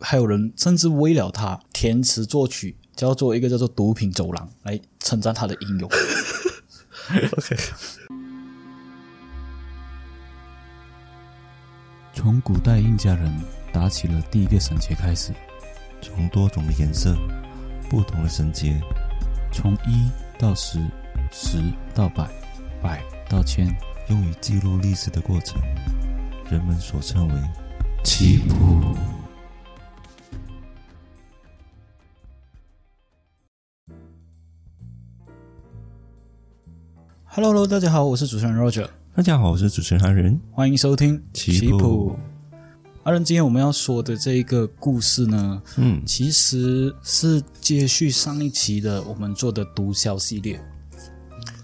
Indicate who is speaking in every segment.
Speaker 1: 还有人甚至为了他填词作曲，叫做一个叫做“毒品走廊”来称赞他的英勇。
Speaker 2: OK，
Speaker 3: 从古代印加人打起了第一个绳结开始，
Speaker 2: 从多种的颜色、不同的绳结，
Speaker 3: 从一到十，十到百，百到千，
Speaker 2: 用于记录历史的过程，人们所称为
Speaker 3: 起步。
Speaker 1: Hello Hello，大家好，我是主持人 Roger，
Speaker 2: 大家好，我是主持人韩仁。
Speaker 1: 欢迎收听
Speaker 2: 棋谱
Speaker 1: 谱。阿仁，今天我们要说的这一个故事呢，
Speaker 2: 嗯，
Speaker 1: 其实是接续上一期的我们做的毒枭系列。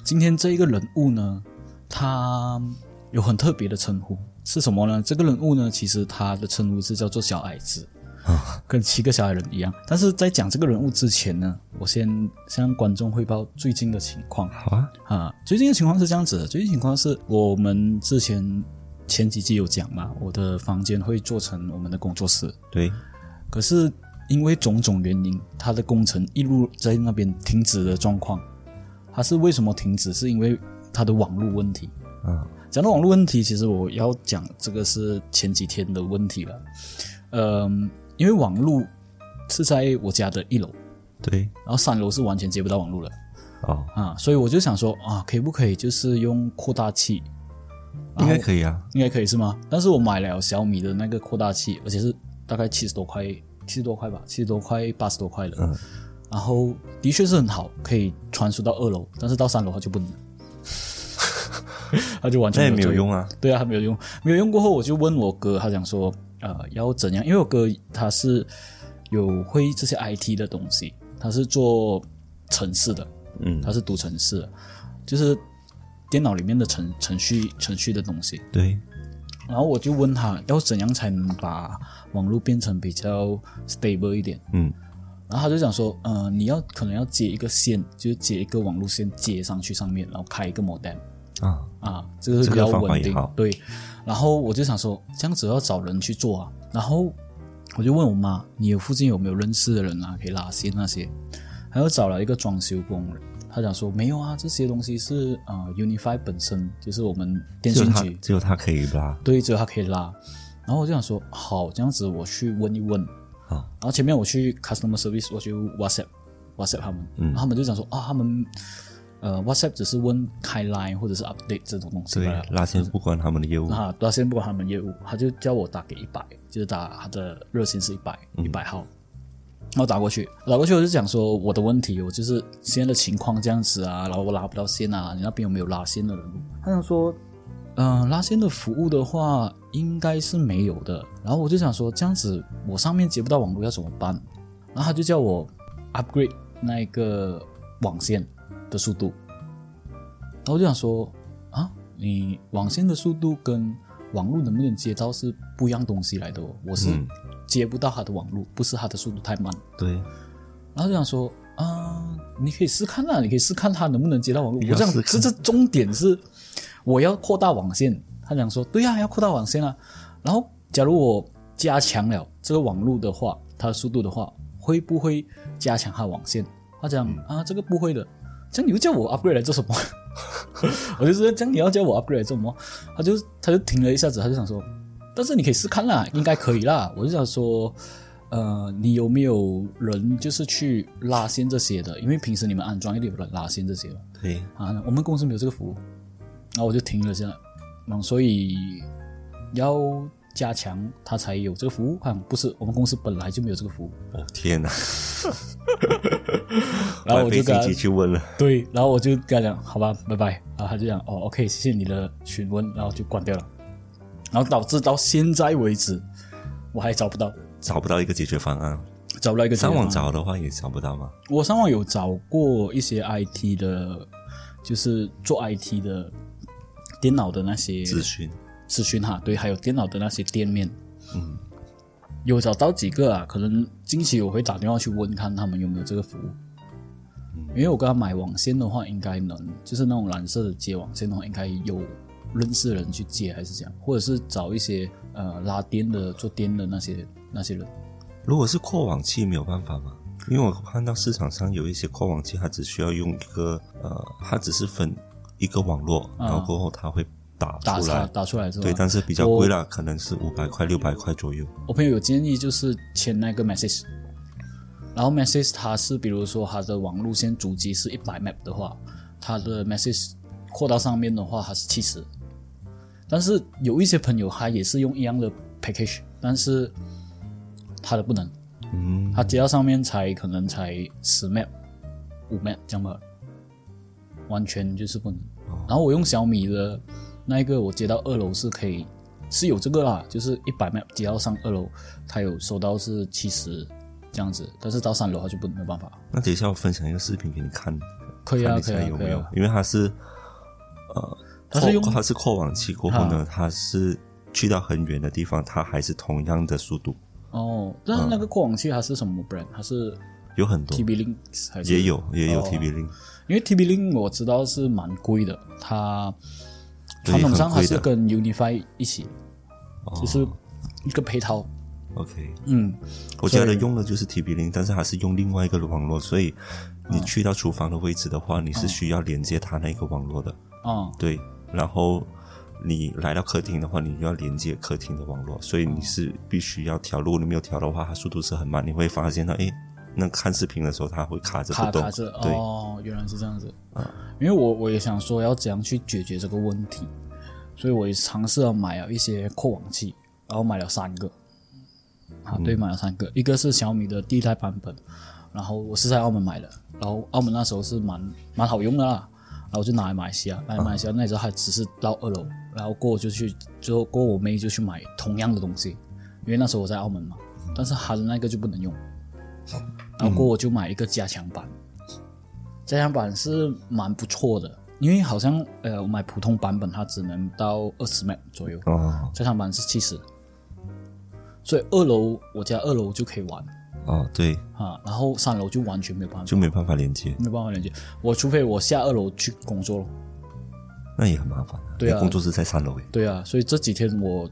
Speaker 1: 今天这一个人物呢，他有很特别的称呼，是什么呢？这个人物呢，其实他的称呼是叫做小矮子，啊，跟七个小矮人一样。但是在讲这个人物之前呢，我先向观众汇报最近的情况
Speaker 2: 好啊，
Speaker 1: 啊。最近的情况是这样子的，最近情况是我们之前前几集有讲嘛，我的房间会做成我们的工作室，
Speaker 2: 对，
Speaker 1: 可是因为种种原因，它的工程一路在那边停止的状况。它是为什么停止？是因为它的网络问题。
Speaker 2: 啊，
Speaker 1: 讲到网络问题，其实我要讲这个是前几天的问题了。嗯，因为网络是在我家的一楼，
Speaker 2: 对，
Speaker 1: 然后三楼是完全接不到网络了
Speaker 2: 哦，
Speaker 1: 啊，所以我就想说啊，可以不可以就是用扩大器？
Speaker 2: 应该
Speaker 1: 以，
Speaker 2: 可以啊。
Speaker 1: 应该可以是吗？但是我买了小米的那个扩大器，而且是大概七十多块，七十多块吧，七十多块八十多块了。
Speaker 2: 嗯
Speaker 1: 然后的确是很好，可以传输到二楼，但是到三楼它就不能了， 它就完
Speaker 2: 那
Speaker 1: 全
Speaker 2: 也没
Speaker 1: 作
Speaker 2: 有
Speaker 1: 用。
Speaker 2: 用啊。
Speaker 1: 对啊，没有用，没有用过后，我就问我哥，他讲说，呃，要怎样？因为我哥他是有会这些 IT 的东西，他是做城市的，
Speaker 2: 嗯，
Speaker 1: 他是读城市的，就是电脑里面的程程序程序的东西。
Speaker 2: 对，
Speaker 1: 然后我就问他，要怎样才能把网络变成比较 stable 一点？
Speaker 2: 嗯，
Speaker 1: 然后他就讲说，呃，你要可能要接一个线，就是接一个网络线接上去上面，然后开一个 modem
Speaker 2: 啊，
Speaker 1: 啊，这个是比较
Speaker 2: 这个方法
Speaker 1: 稳
Speaker 2: 也
Speaker 1: 定
Speaker 2: 好。
Speaker 1: 对，然后我就想说，这样子要找人去做啊。然后我就问我妈，你有附近有没有认识的人啊，可以拉线那些？还有找了一个装修工人，他讲说没有啊，这些东西是呃 Unify 本身就是我们电
Speaker 2: 只有
Speaker 1: 信
Speaker 2: 他
Speaker 1: 局，
Speaker 2: 只有他可以吧？
Speaker 1: 对，只有他可以拉。然后我就想说，好，这样子我去问一问。
Speaker 2: 好
Speaker 1: 然后前面我去 customer service，我就 WhatsApp WhatsApp 他们，然后他们就讲说啊，他们呃 WhatsApp 只是问开 line 或者是 update 这种东西
Speaker 2: 对
Speaker 1: 罢了，
Speaker 2: 拉线不管他们的业务。
Speaker 1: 啊，他现在不管他们业务，他就叫我打给一百，就是打他的热线是一百
Speaker 2: 嗯
Speaker 1: 一百号，然后打过去，打过去我就讲说我的问题，我就是现在的情况这样子啊，然后我拉不到线啊，你那边有没有拉线的人？他想说，嗯、拉线的服务的话应该是没有的。然后我就想说这样子我上面接不到网络要怎么办？然后他就叫我 upgrade 那一个网线的速度，然后我就想说啊，你网线的速度跟网络能不能接到是不一样东西来的哦，我是
Speaker 2: 嗯
Speaker 1: 接不到它的网络，不是它的速度太慢。
Speaker 2: 对，
Speaker 1: 然后就想说啊，你可以试看啊，你可以试看它能不能接到网络。
Speaker 2: 你
Speaker 1: 我
Speaker 2: 要
Speaker 1: 这样，
Speaker 2: 试
Speaker 1: 这
Speaker 2: 看
Speaker 1: 这重点是我要扩大网线。他讲说，对呀、要扩大网线啊。然后，假如我加强了这个网络的话，它的速度的话，会不会加强它网线？他讲、
Speaker 2: 嗯
Speaker 1: 啊，这个不会的。这样你又叫我 upgrade 来做什么？ 我就说这样你要叫我 upgrade 来做什么？他就他就停了一下子，他就想说，但是你可以试看啦，应该可以啦。我就想说，呃，你有没有人就是去拉线这些的？因为平时你们安装一定有人拉线这些的
Speaker 2: 对，
Speaker 1: 啊，我们公司没有这个服务。然后我就停了下来，嗯，所以要加强它才有这个服务。好像不是，我们公司本来就没有这个服务。
Speaker 2: 哦天哪！
Speaker 1: 然后我
Speaker 2: 白
Speaker 1: 就
Speaker 2: 费
Speaker 1: 跟
Speaker 2: 心
Speaker 1: 他
Speaker 2: 机去问了。
Speaker 1: 对，然后我就跟他讲，好吧，拜拜。然后他就讲，哦，OK，谢谢你的询问，然后就关掉了。然后导致到现在为止，我还找不到，
Speaker 2: 找不到一个解决方案，
Speaker 1: 找不到一个解决
Speaker 2: 上
Speaker 1: 方
Speaker 2: 网
Speaker 1: 案
Speaker 2: 找的话也找不到吗？
Speaker 1: 我上网有找过一些 IT 的，就是做 IT 的电脑的那些
Speaker 2: 咨询，
Speaker 1: 咨询哈，对，还有电脑的那些店面，嗯，有找到几个啊，可能近期我会打电话去问看他们有没有这个服务，
Speaker 2: 嗯
Speaker 1: 因为我刚刚买网线的话，应该能，就是那种蓝色的接网线的话，应该有认识的人去接还是这样，或者是找一些呃拉电的做电的那些那些人，
Speaker 2: 如果是扩网器没有办法吗？因为我看到市场上有一些扩网器，它只需要用一个呃，它只是分一个网络，
Speaker 1: 嗯
Speaker 2: 然后过后它会打
Speaker 1: 打
Speaker 2: 出
Speaker 1: 打
Speaker 2: 来，
Speaker 1: 打出来是啊哦吧？
Speaker 2: 对，但是比较贵啦，可能是五百块、六百块左右。
Speaker 1: 我朋友有建议就是签那个 message，然后 message 它是比如说它的网路线主机是一百 m a p 的话，它的 message 扩到上面的话它是七十，但是有一些朋友他也是用一样的 package，但是他的不能，
Speaker 2: 嗯，
Speaker 1: 他接到上面才可能才十 m a p 五 m a p 这样吧，完全就是不能。
Speaker 2: 哦
Speaker 1: 然后我用小米的那一个，我接到二楼是可以是有这个啦，就是一百 m a p 接到上二楼，它有收到是七十这样子，但是到三楼它就不没有办法。
Speaker 2: 那等一下我分享一个视频给你看，
Speaker 1: 可以啊，
Speaker 2: 看一
Speaker 1: 可以
Speaker 2: 下
Speaker 1: 啊
Speaker 2: 有，
Speaker 1: 可
Speaker 2: 没
Speaker 1: 以
Speaker 2: 有，
Speaker 1: 啊。
Speaker 2: 因为它是呃，
Speaker 1: 它是用
Speaker 2: 扩它是扩网器过后呢，它是去到很远的地方，它还是同样的速度，
Speaker 1: 哦，但是那个过往器它是什么 brand？它是
Speaker 2: 有很多
Speaker 1: TB Link 还是
Speaker 2: 哦也有也有
Speaker 1: 哦
Speaker 2: TB 零，
Speaker 1: 因为 TB Link 我知道是蛮贵的，它
Speaker 2: 对
Speaker 1: 传统上
Speaker 2: 很
Speaker 1: 还
Speaker 2: 贵的
Speaker 1: 是跟 Unify 一起，
Speaker 2: 哦
Speaker 1: 就是一个配套。
Speaker 2: OK。
Speaker 1: 嗯，
Speaker 2: 我家人用的就是 TB 零，但是它是用另外一个网络，所以你去到厨房的位置的话，你
Speaker 1: 哦
Speaker 2: 是需要连接它那个网络的，
Speaker 1: 啊、
Speaker 2: 对。然后你来到客厅的话，你要连接客厅的网络，所以你是必须要调。如果你没有调的话，它速度是很慢，你会发现到，诶，那看视频的时候它会卡着
Speaker 1: 卡
Speaker 2: 不动
Speaker 1: 卡着。，
Speaker 2: 对，
Speaker 1: 哦，原来是这样子。因为我我也想说要怎样去解决这个问题，所以我也尝试了买了一些扩网器，然后买了三个。啊，对，买了三个，一个是小米的第一代版本，然后我是在澳门买的，然后澳门那时候是蛮蛮好用的啦，然后我就拿来马来西亚，来马来西亚那时候还只是到二楼，然后过后就去，就过后我妹就去买同样的东西，因为那时候我在澳门嘛，但是她的那个就不能用，然后过后我就买一个加强版，加强版是蛮不错的，因为好像呃我买普通版本它只能到二十 m 左右，
Speaker 2: 哦
Speaker 1: 加强版是七十，所以二楼我家二楼就可以玩
Speaker 2: 哦，对，
Speaker 1: 啊，然后三楼就完全没有办法，
Speaker 2: 就没办法连接，
Speaker 1: 没有办法连接。我除非我下二楼去工作了，
Speaker 2: 那也很麻烦啊。
Speaker 1: 对啊
Speaker 2: 你工作室在三楼诶，
Speaker 1: 对啊，所以这几天我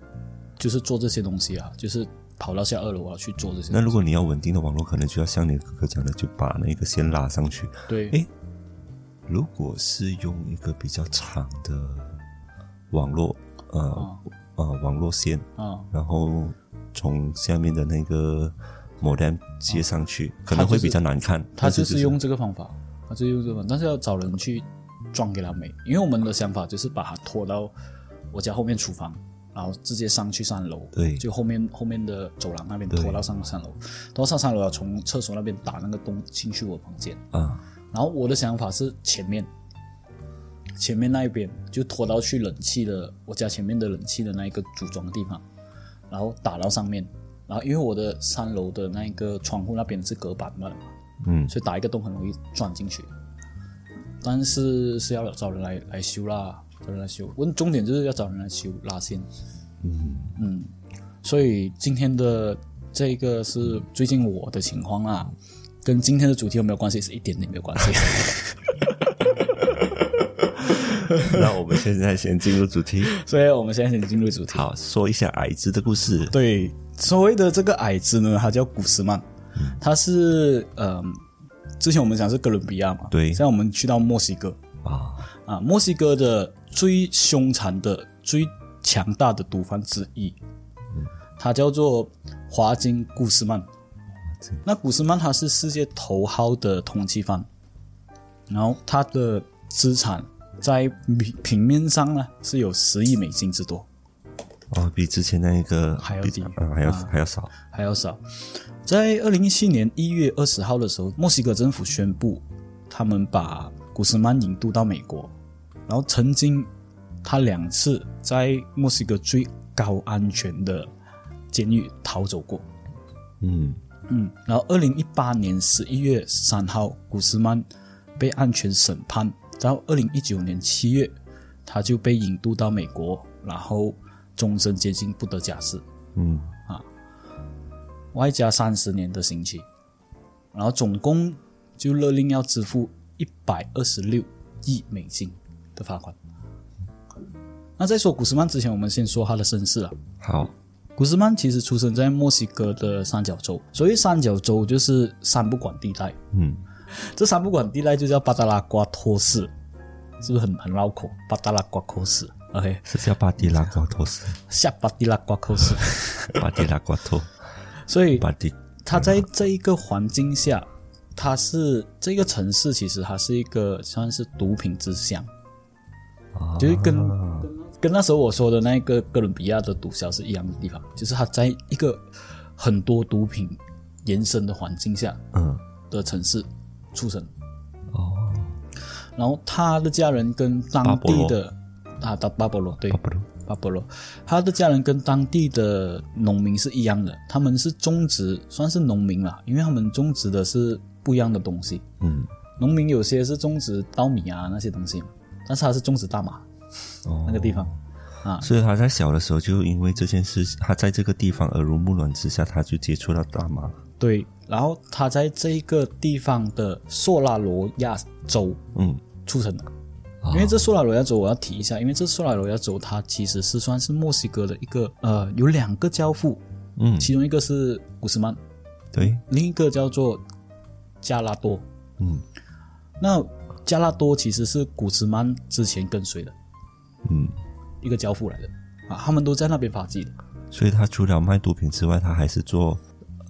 Speaker 1: 就是做这些东西啊，就是跑到下二楼啊去做这些
Speaker 2: 那。如果你要稳定的网络，可能就要像你哥哥讲的，就把那个线拉上去。
Speaker 1: 对，
Speaker 2: 诶如果是用一个比较长的网络，呃、
Speaker 1: 哦
Speaker 2: 呃网络线，
Speaker 1: 啊，
Speaker 2: 然后从下面的那个 modem 接上去，可能会比较难看。
Speaker 1: 他
Speaker 2: 但
Speaker 1: 哦就是是用这个方法，他就是用这个方法，但是要找人去装给他美，因为我们的想法就是把它拖到我家后面厨房，然后直接上去三楼，
Speaker 2: 对
Speaker 1: 就后面后面的走廊那边拖到上三楼，拖到上三楼要啊从厕所那边打那个洞进去我房间，
Speaker 2: 啊，
Speaker 1: 然后我的想法是前面，前面那一边就拖到去冷气的我家前面的冷气的那一个组装的地方，然后打到上面，然后因为我的三楼的那一个窗户那边是隔板嘛，
Speaker 2: 嗯
Speaker 1: 所以打一个洞很容易钻进去。但是是要找人来来修啦，找人来修。问重点就是要找人来修拉线。
Speaker 2: 嗯
Speaker 1: 所以今天的这一个是最近我的情况啦，跟今天的主题有没有关系？是一点点没有关系。
Speaker 2: 那我们现在先进入主题，
Speaker 1: 所以我们现在先进入主题。
Speaker 2: 好，说一下矮子的故事。
Speaker 1: 对，所谓的这个矮子呢，他叫古斯曼，他是呃，之前我们讲是哥伦比亚嘛，
Speaker 2: 对
Speaker 1: 现在我们去到墨西哥
Speaker 2: 啊，
Speaker 1: 啊，墨西哥的最凶残的、最强大的毒贩之一，他叫做华金古斯曼。那古斯曼他是世界头号的通缉犯，然后他的资产在平平面上呢是有十亿美金之多。
Speaker 2: 哦，比之前那个
Speaker 1: 还要
Speaker 2: 比
Speaker 1: 低
Speaker 2: 啊，还要、还要少。
Speaker 1: 还要少。在二零一七年一月二十号的时候，墨西哥政府宣布，他们把古斯曼引渡到美国，然后曾经他两次在墨西哥最高安全的监狱逃走过。
Speaker 2: 嗯，
Speaker 1: 嗯，然后二零一八年十一月三号，古斯曼被案全审判，然后二零一九年七月，他就被引渡到美国，然后终身监禁不得假释。
Speaker 2: 嗯，
Speaker 1: 外加三十年的刑期，然后总共就勒令要支付一百二十六亿美金的罚款。那在说古斯曼之前，我们先说他的身世啊。
Speaker 2: 好，
Speaker 1: 古斯曼其实出生在墨西哥的三角洲，所谓三角洲就是三不管地带，
Speaker 2: 嗯，
Speaker 1: 这三不管地带就叫巴达拉瓜托市，是不是很很绕口？巴达拉瓜托市，OK，
Speaker 2: 是叫巴迪拉瓜托斯，
Speaker 1: 下巴迪拉瓜托市，
Speaker 2: 巴迪拉瓜托，
Speaker 1: 所以
Speaker 2: 巴迪，
Speaker 1: 它在这一个环境下，它是这个城市其实它是一个算是毒品之乡，
Speaker 2: 啊
Speaker 1: 就是跟、跟跟那时候我说的那个哥伦比亚的毒枭是一样的地方，就是它在一个很多毒品延伸的环境下
Speaker 2: 嗯，
Speaker 1: 的城市出生，
Speaker 2: 哦，
Speaker 1: 然后他的家人跟当地的啊，到巴勃罗对
Speaker 2: 巴布鲁，
Speaker 1: 巴勃罗，他的家人跟当地的农民是一样的，他们是种植算是农民啦，因为他们种植的是不一样的东西，
Speaker 2: 嗯，
Speaker 1: 农民有些是种植稻米啊那些东西嘛，但是他是种植大麻
Speaker 2: 哦
Speaker 1: 那个地方。
Speaker 2: 所以他在小的时候就因为这件事，他在这个地方耳濡目染之下，他就接触到大麻。
Speaker 1: 对，然后他在这一个地方的索拉罗亚州
Speaker 2: 嗯，
Speaker 1: 出生的。
Speaker 2: 啊
Speaker 1: 因为这索拉罗亚州，我要提一下，因为这索拉罗亚州它其实是算是墨西哥的一个呃，有两个教父，
Speaker 2: 嗯
Speaker 1: 其中一个是古斯曼，
Speaker 2: 对，
Speaker 1: 另一个叫做加拉多。
Speaker 2: 嗯
Speaker 1: 那加拉多其实是古斯曼之前跟随的
Speaker 2: 嗯，
Speaker 1: 一个教父来的啊，他们都在那边发迹的
Speaker 2: 所以他除了卖毒品之外，他还是做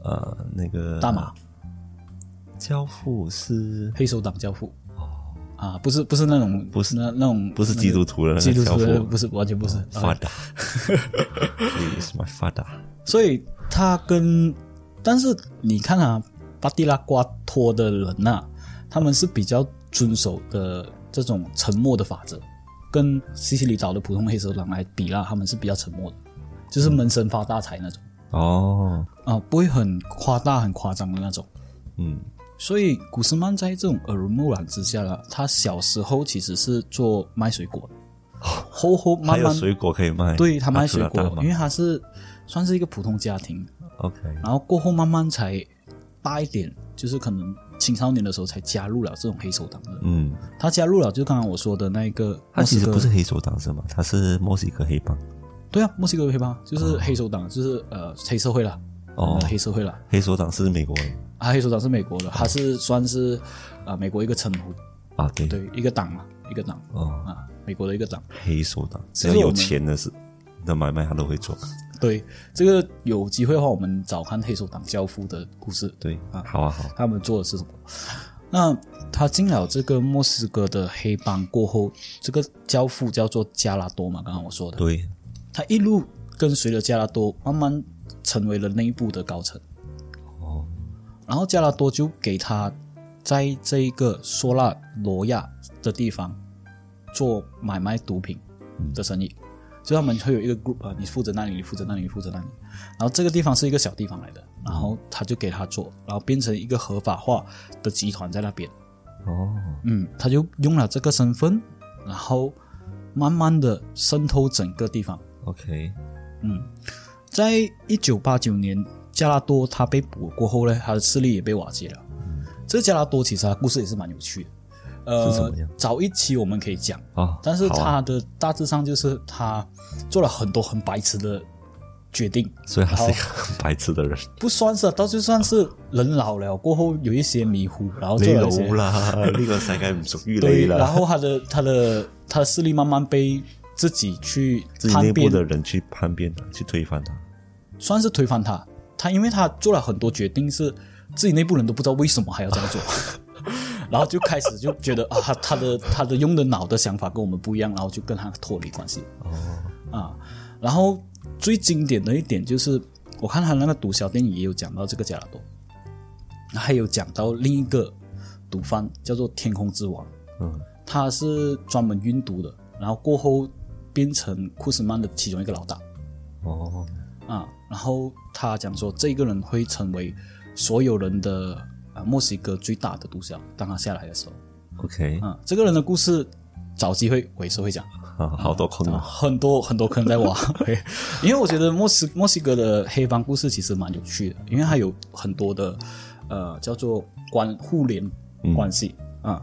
Speaker 2: 呃那个
Speaker 1: 大麻
Speaker 2: 教父是
Speaker 1: 黑手党教父啊，不是不是那种
Speaker 2: 不是
Speaker 1: 那那种
Speaker 2: 不是基督徒的
Speaker 1: 那
Speaker 2: 那
Speaker 1: 个基督徒
Speaker 2: 个教
Speaker 1: 的
Speaker 2: 父哦
Speaker 1: 不是完全不是啊
Speaker 2: ？Father，he is 呃 my father。
Speaker 1: 所以他跟，但是你看啊，巴蒂拉瓜托的人呐、他们是比较遵守的这种沉默的法则，跟西西里岛的普通黑手党来比啦，他们是比较沉默的，就是闷声发大财那种
Speaker 2: 哦，
Speaker 1: 啊、不会很夸大、很夸张的那种。
Speaker 2: 嗯
Speaker 1: 所以古斯曼在这种耳濡目染之下啦，他小时候其实是做卖水果 的，后后慢
Speaker 2: 还有
Speaker 1: 慢
Speaker 2: 水果可以卖，啊
Speaker 1: 对他卖
Speaker 2: 除
Speaker 1: 水
Speaker 2: 了
Speaker 1: 果
Speaker 2: 大，麻
Speaker 1: 因为他是算是一个普通家庭，
Speaker 2: OK，
Speaker 1: 然后过后慢慢才大一点，就是可能青少年的时候才加入了这种黑手党的。
Speaker 2: 嗯，
Speaker 1: 他加入了，就刚刚我说的那个
Speaker 2: 他
Speaker 1: 墨
Speaker 2: 其
Speaker 1: 西
Speaker 2: 实
Speaker 1: 哥，
Speaker 2: 不是黑手党是吗？他是墨西哥黑帮。
Speaker 1: 对啊，墨西哥黑帮就是黑手党，就是呃黑社会啦，
Speaker 2: 哦
Speaker 1: 呃黑社会啦。
Speaker 2: 黑手党是美国人
Speaker 1: 啊，黑手党是美国的，他是算是啊、呃美国一个称呼，
Speaker 2: 啊，对
Speaker 1: 对，一个党嘛，一个党
Speaker 2: 哦，
Speaker 1: 啊，美国的一个党。
Speaker 2: 黑手党只
Speaker 1: 实
Speaker 2: 要
Speaker 1: 我
Speaker 2: 有
Speaker 1: 们
Speaker 2: 钱的事的买卖他都会做。
Speaker 1: 对，这个有机会的话，我们找看黑手党教父的故事，
Speaker 2: 对，
Speaker 1: 啊
Speaker 2: 好啊好，
Speaker 1: 他们做的是什么。那他进了这个墨西哥的黑帮过后，这个教父叫做加拉多嘛，刚刚我说的，
Speaker 2: 对，
Speaker 1: 他一路跟随着加拉多，慢慢成为了内部的高层。
Speaker 2: 哦，
Speaker 1: 然后加拉多就给他在这一个索拉罗亚的地方做买卖毒品的生意，就他们会有一个 group 啊，你负责那里，你负责那里，你负责那里。然后这个地方是一个小地方来的，然后他就给他做，然后变成一个合法化的集团在那边。
Speaker 2: 哦，
Speaker 1: 嗯，他就用了这个身份，然后慢慢的渗透整个地方。
Speaker 2: OK，
Speaker 1: 在一九八九年，加拉多他被捕过后呢，他的势力也被瓦解了。这个加拉多其实他故事也是蛮有趣的，
Speaker 2: 是怎
Speaker 1: 呃
Speaker 2: 么样，
Speaker 1: 早一期我们可以讲，
Speaker 2: 哦，
Speaker 1: 但是
Speaker 2: 好啊
Speaker 1: 他的大致上就是他做了很多很白痴的决定，
Speaker 2: 所以他是一
Speaker 1: 好
Speaker 2: 个很白痴的人，
Speaker 1: 不算是，到就算是人老了过后有一些迷糊，然后 做
Speaker 2: 你
Speaker 1: 了一些
Speaker 2: 老 啦，呢個世界唔屬於
Speaker 1: 对，
Speaker 2: 你
Speaker 1: 然
Speaker 2: 啦，
Speaker 1: 后他的他的他的势力慢慢被自己去
Speaker 2: 自己
Speaker 1: 叛
Speaker 2: 内部
Speaker 1: 变，
Speaker 2: 的人去叛变他，去推翻他。
Speaker 1: 算是推翻他。他因为他做了很多决定，是自己内部人都不知道为什么还要这样做，然后就开始就觉得啊，他他的他的用的脑的想法跟我们不一样，然后就跟他脱离关系
Speaker 2: 哦，
Speaker 1: 啊。然后最经典的一点就是，我看他那个毒枭电影也有讲到这个加拉多，还有讲到另一个毒贩叫做天空之王。
Speaker 2: 嗯，
Speaker 1: 他是专门运毒的，然后过后变成库斯曼的其中一个老大
Speaker 2: 哦，
Speaker 1: 啊。然后他讲说，这个人会成为所有人的啊墨西哥最大的毒枭。当他下来的时候，
Speaker 2: OK，
Speaker 1: 啊，这个人的故事找机会我也是会讲，
Speaker 2: 好，好多空
Speaker 1: 啊
Speaker 2: 啊，
Speaker 1: 很多很多坑在挖。对因为我觉得墨西墨西哥的黑帮故事其实蛮有趣的，因为它有很多的呃叫做关互联关系、啊。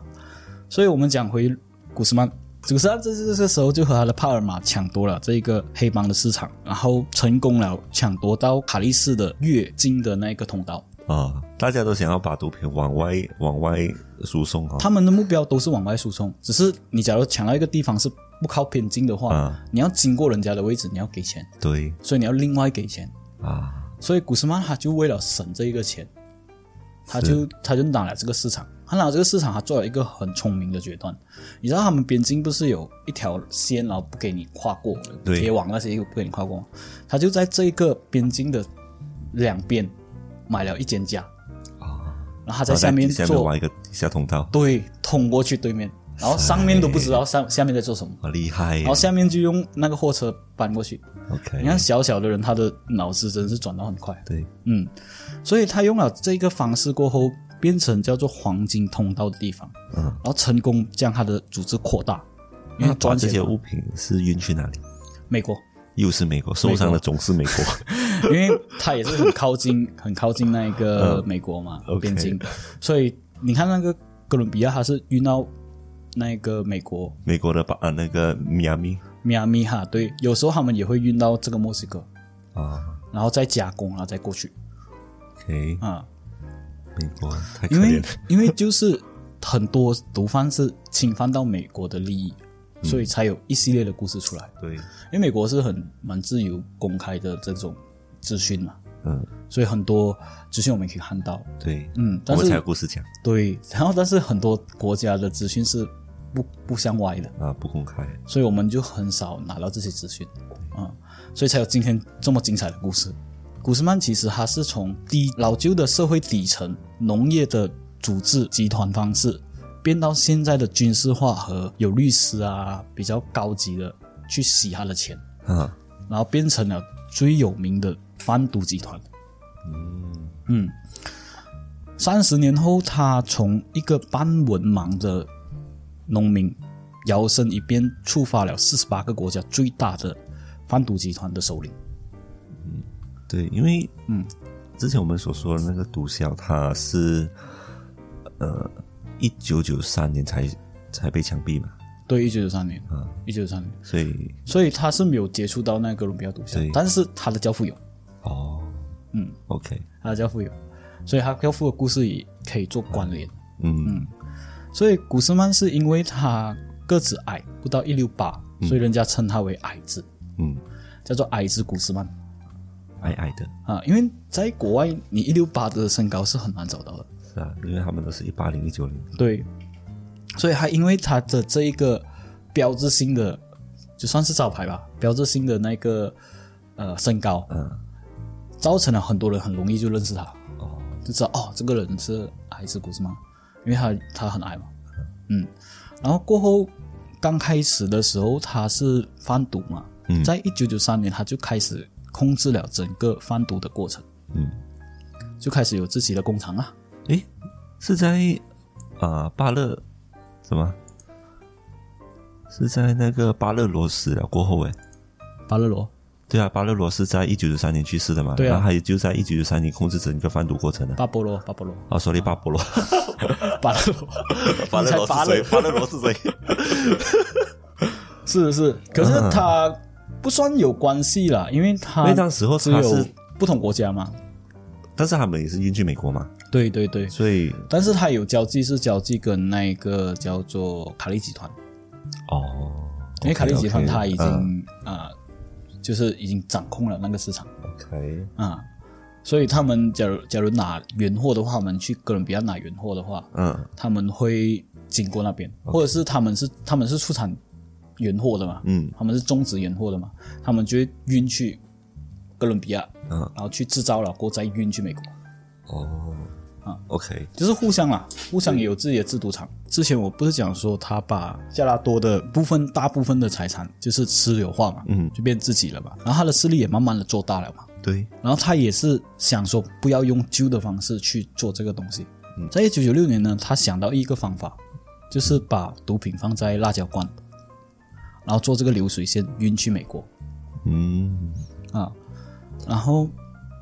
Speaker 1: 所以我们讲回古斯曼，祖克山这这这时候就和他的帕尔马抢夺了这一个黑帮的市场，然后成功了抢夺到卡利市的越境的那一个通道。
Speaker 2: 啊，大家都想要把毒品往外往外输送啊、哦。
Speaker 1: 他们的目标都是往外输送，只是你假如抢到一个地方是不靠边境的话，
Speaker 2: 啊
Speaker 1: 你要经过人家的位置，你要给钱，
Speaker 2: 对
Speaker 1: 所以你要另外给钱。
Speaker 2: 啊，
Speaker 1: 所以古斯曼他就为了省这一个钱，他就他就拿了这个市场，他拿这个市场，他做了一个很聪明的决断。你知道他们边境不是有一条线，然后不给你跨过，
Speaker 2: 对
Speaker 1: 铁网那些又不给你跨过吗，他就在这个边境的两边买了一间家，然后他在下面
Speaker 2: 然后下面
Speaker 1: 做
Speaker 2: 挖一个地下通道，
Speaker 1: 对通过去对面，然后上面都不知道上下面在做什么，
Speaker 2: 好啊厉害耶
Speaker 1: 然后下面就用那个货车搬过去。
Speaker 2: ！OK，
Speaker 1: 你看小小的人，他的脑子真是转到很快。
Speaker 2: 对，
Speaker 1: 嗯，所以他用了这个方式过后，变成叫做黄金通道的地方，
Speaker 2: 嗯
Speaker 1: 然后成功将他的组织扩大，因
Speaker 2: 那
Speaker 1: 为
Speaker 2: 把
Speaker 1: 赚
Speaker 2: 这
Speaker 1: 钱
Speaker 2: 些
Speaker 1: 嘛
Speaker 2: 物品是运去哪里？
Speaker 1: 美国，
Speaker 2: 又是美国，受伤的总是美国。
Speaker 1: 因为他也是很靠近 很靠近那一个美国嘛、
Speaker 2: 嗯 OK
Speaker 1: 边境，所以你看那个哥伦比亚，他是运到那个美国
Speaker 2: 美国的把啊那个米亚密
Speaker 1: 米亚米哈，对，有时候他们也会运到这个墨西哥，
Speaker 2: 啊
Speaker 1: 然后再加工，然后再过去
Speaker 2: ，OK，
Speaker 1: 啊。
Speaker 2: 美国太可
Speaker 1: 因
Speaker 2: 怜
Speaker 1: 为
Speaker 2: 了。
Speaker 1: 因为就是很多毒贩是侵犯到美国的利益，
Speaker 2: 嗯
Speaker 1: 所以才有一系列的故事出来。
Speaker 2: 对，
Speaker 1: 因为美国是很蛮自由公开的这种资讯嘛，
Speaker 2: 嗯，
Speaker 1: 所以很多资讯我们可以看到。
Speaker 2: 对，
Speaker 1: 嗯，
Speaker 2: 我
Speaker 1: 但
Speaker 2: 们才有
Speaker 1: 是
Speaker 2: 故事讲
Speaker 1: 对，然后但是很多国家的资讯是不不相歪的，
Speaker 2: 啊，不公开。
Speaker 1: 所以我们就很少拿到这些资讯啊、所以才有今天这么精彩的故事。古斯曼其实他是从低老旧的社会底层农业的组织集团方式，变到现在的军事化和有律师啊比较高级的去洗他的钱，
Speaker 2: 啊，
Speaker 1: 然后变成了最有名的贩毒集团。
Speaker 2: 嗯，
Speaker 1: 嗯，三十年后，他从一个半文盲的农民，摇身一变，触发了四十八个国家最大的贩毒集团的首领。
Speaker 2: 对，因为嗯，之前我们所说的那个毒枭，他是呃一九九三年才才被枪毙嘛，
Speaker 1: 对，一九九三年
Speaker 2: 嗯，
Speaker 1: 一九九三年，
Speaker 2: 所以
Speaker 1: 所以他是没有接触到那个哥伦比亚毒
Speaker 2: 对
Speaker 1: 枭，但是他的教父有，
Speaker 2: 哦，
Speaker 1: 嗯
Speaker 2: ，OK，
Speaker 1: 他的教父有，所以他教父的故事也可以做关联。
Speaker 2: 嗯，
Speaker 1: 所以古斯曼是因为他个子矮，不到一六八，所以人家称他为矮子，
Speaker 2: 嗯，
Speaker 1: 叫做矮子古斯曼。
Speaker 2: 矮矮的，
Speaker 1: 啊，因为在国外你一六八的身高是很难找到的，
Speaker 2: 是啊，因为他们都是一八零一九零，
Speaker 1: 对，所以他因为他的这一个标志性的，就算是招牌吧，标志性的那个呃身高，
Speaker 2: 嗯，
Speaker 1: 造成了很多人很容易就认识他，
Speaker 2: 哦，
Speaker 1: 就知道哦，这个人是矮子古斯曼，因为他他很矮嘛，嗯，然后过后刚开始的时候他是贩毒嘛，
Speaker 2: 嗯
Speaker 1: 在一九九三年他就开始控制了整个贩毒的过程，
Speaker 2: 嗯，
Speaker 1: 就开始有自己的工厂啊。
Speaker 2: 诶，是在啊、呃巴勒什么？是在那个巴勒罗死了过后诶，
Speaker 1: 巴勒罗，
Speaker 2: 对啊，巴勒罗是在一九九三年去世的嘛，
Speaker 1: 对啊
Speaker 2: 然后他也就在一九九三年控制整个贩毒过程的。
Speaker 1: 巴波罗，巴波罗，
Speaker 2: 啊，索利 巴波罗，
Speaker 1: 巴勒罗，
Speaker 2: 巴勒罗
Speaker 1: 巴
Speaker 2: 是谁？
Speaker 1: 勒，
Speaker 2: 巴勒罗是 谁？
Speaker 1: 是是，可是他不算有关系啦，因为他
Speaker 2: 因为当时候
Speaker 1: 只
Speaker 2: 嗯他
Speaker 1: 有
Speaker 2: 是，
Speaker 1: 不同国家嘛，
Speaker 2: 但是他们也是运去美国嘛，
Speaker 1: 对对对，
Speaker 2: 所以
Speaker 1: 但是他有交际是交际跟那个叫做卡利集团，
Speaker 2: 哦，
Speaker 1: 因为卡利
Speaker 2: OK，OK，
Speaker 1: 集团他已
Speaker 2: 嗯
Speaker 1: 经啊，就是已经掌控了那个市场
Speaker 2: OK
Speaker 1: 啊。所以他们假如假如拿原货的话，我们去哥伦比亚拿原货的话，
Speaker 2: 嗯
Speaker 1: 他们会经过那边，或者是他们是他们是出产原货的嘛，
Speaker 2: 嗯
Speaker 1: 他们是种植原货的嘛，他们就会运去哥伦比亚，
Speaker 2: 嗯
Speaker 1: 然后去制造了，过后再运去美国，
Speaker 2: 哦
Speaker 1: 啊
Speaker 2: OK
Speaker 1: 就是互相啦，互相也有自己的制毒厂。之前我不是讲说他把加拉多的部分大部分的财产就是私有化嘛，
Speaker 2: 嗯
Speaker 1: 就变自己了嘛，然后他的势力也慢慢的做大了嘛，
Speaker 2: 对
Speaker 1: 然后他也是想说不要用旧的方式去做这个东西。在一九九六年呢，他想到一个方法，就是把毒品放在辣椒罐，然后做这个流水线运去美国
Speaker 2: 嗯，
Speaker 1: 啊。然后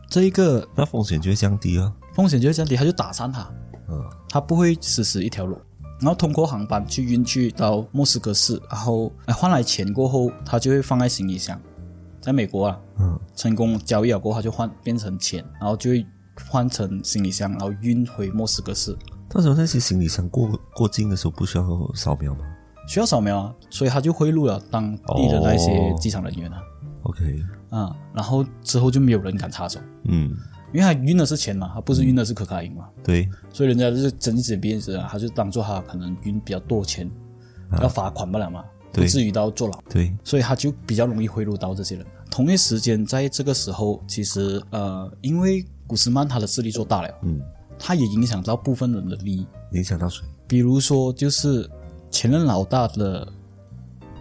Speaker 1: 这一个
Speaker 2: 那风险就会降低啊，
Speaker 1: 风险就会降低，他就打散它，
Speaker 2: 嗯
Speaker 1: 他不会死死一条龙。然后通过航班去运去到莫斯科市，然后哎换来钱过后，他就会放在行李箱，在美国啊，
Speaker 2: 嗯，
Speaker 1: 成功交易了啊过后，他就换变成钱，然后就会换成行李箱，然后运回莫斯科市，
Speaker 2: 到时候那些行李箱过过境的时候不需要扫描吗
Speaker 1: 需要扫描啊，所以他就贿赂了当地的那些机场人员啊，
Speaker 2: ？OK，
Speaker 1: 啊、然后之后就没有人敢插手，
Speaker 2: 嗯，
Speaker 1: 因为他运的是钱嘛，他不是运的是可卡因嘛，
Speaker 2: 对，
Speaker 1: 所以人家就是睁一只眼闭一只眼啊，他就当做他可能运比较多钱，要罚款不了嘛，不
Speaker 2: 啊对
Speaker 1: 至于到坐牢。
Speaker 2: 对，
Speaker 1: 所以他就比较容易贿赂到这些人。同一时间，在这个时候，其实呃，因为古斯曼他的势力做大了，
Speaker 2: 嗯，
Speaker 1: 他也影响到部分人的利益，
Speaker 2: 影响到谁？
Speaker 1: 比如说就是前任老大的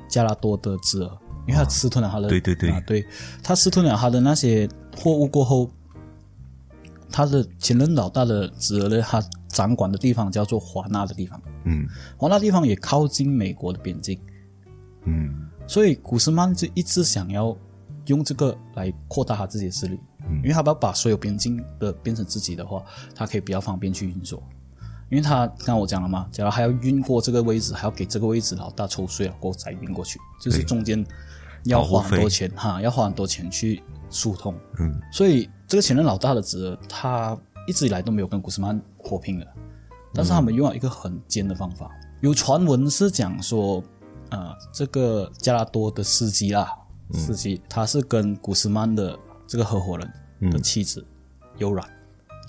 Speaker 1: 加拉多的侄儿，因为他私吞了他的，
Speaker 2: 对对对
Speaker 1: 啊，对他私吞了他的那些货物过后，他的前任老大的侄儿呢，他掌管的地方叫做华纳的地方，
Speaker 2: 嗯
Speaker 1: 华纳地方也靠近美国的边境。
Speaker 2: 嗯
Speaker 1: 所以古斯曼就一直想要用这个来扩大他自己的势力，因为他把把所有边境的变成自己的话，他可以比较方便去运作。因为他刚刚我讲了嘛，假如还要运过这个位置，还要给这个位置老大抽税了过后再运过去，就是中间要花很多钱哈，要花很多钱去疏通。
Speaker 2: 嗯，
Speaker 1: 所以这个前任老大的侄儿，他一直以来都没有跟古斯曼火拼的，但是他们用了一个很尖的方法。有传闻是讲说，呃，这个加拉多的司机啦，司机他是跟古斯曼的这个合伙人的妻子有染，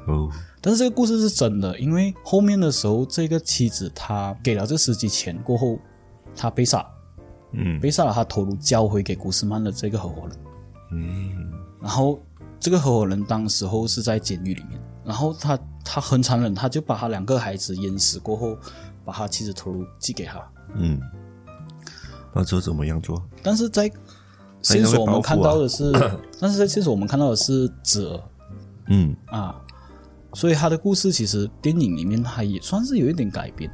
Speaker 2: 哦，
Speaker 1: 但是这个故事是真的，因为后面的时候，这个妻子她给了这司机钱过后，他被杀，
Speaker 2: 嗯
Speaker 1: 被杀了，他头颅交回给古斯曼的这个合伙人。
Speaker 2: 嗯
Speaker 1: 然后这个合伙人当时候是在监狱里面，然后他他很残忍，他就把他两个孩子淹死过后，把他妻子头颅寄给他。
Speaker 2: 嗯，那之后怎么样做？
Speaker 1: 但是在线索我们看到的是，但是在线索我们看到的是侄儿
Speaker 2: 嗯
Speaker 1: 啊，所以他的故事其实电影里面他也算是有一点改变，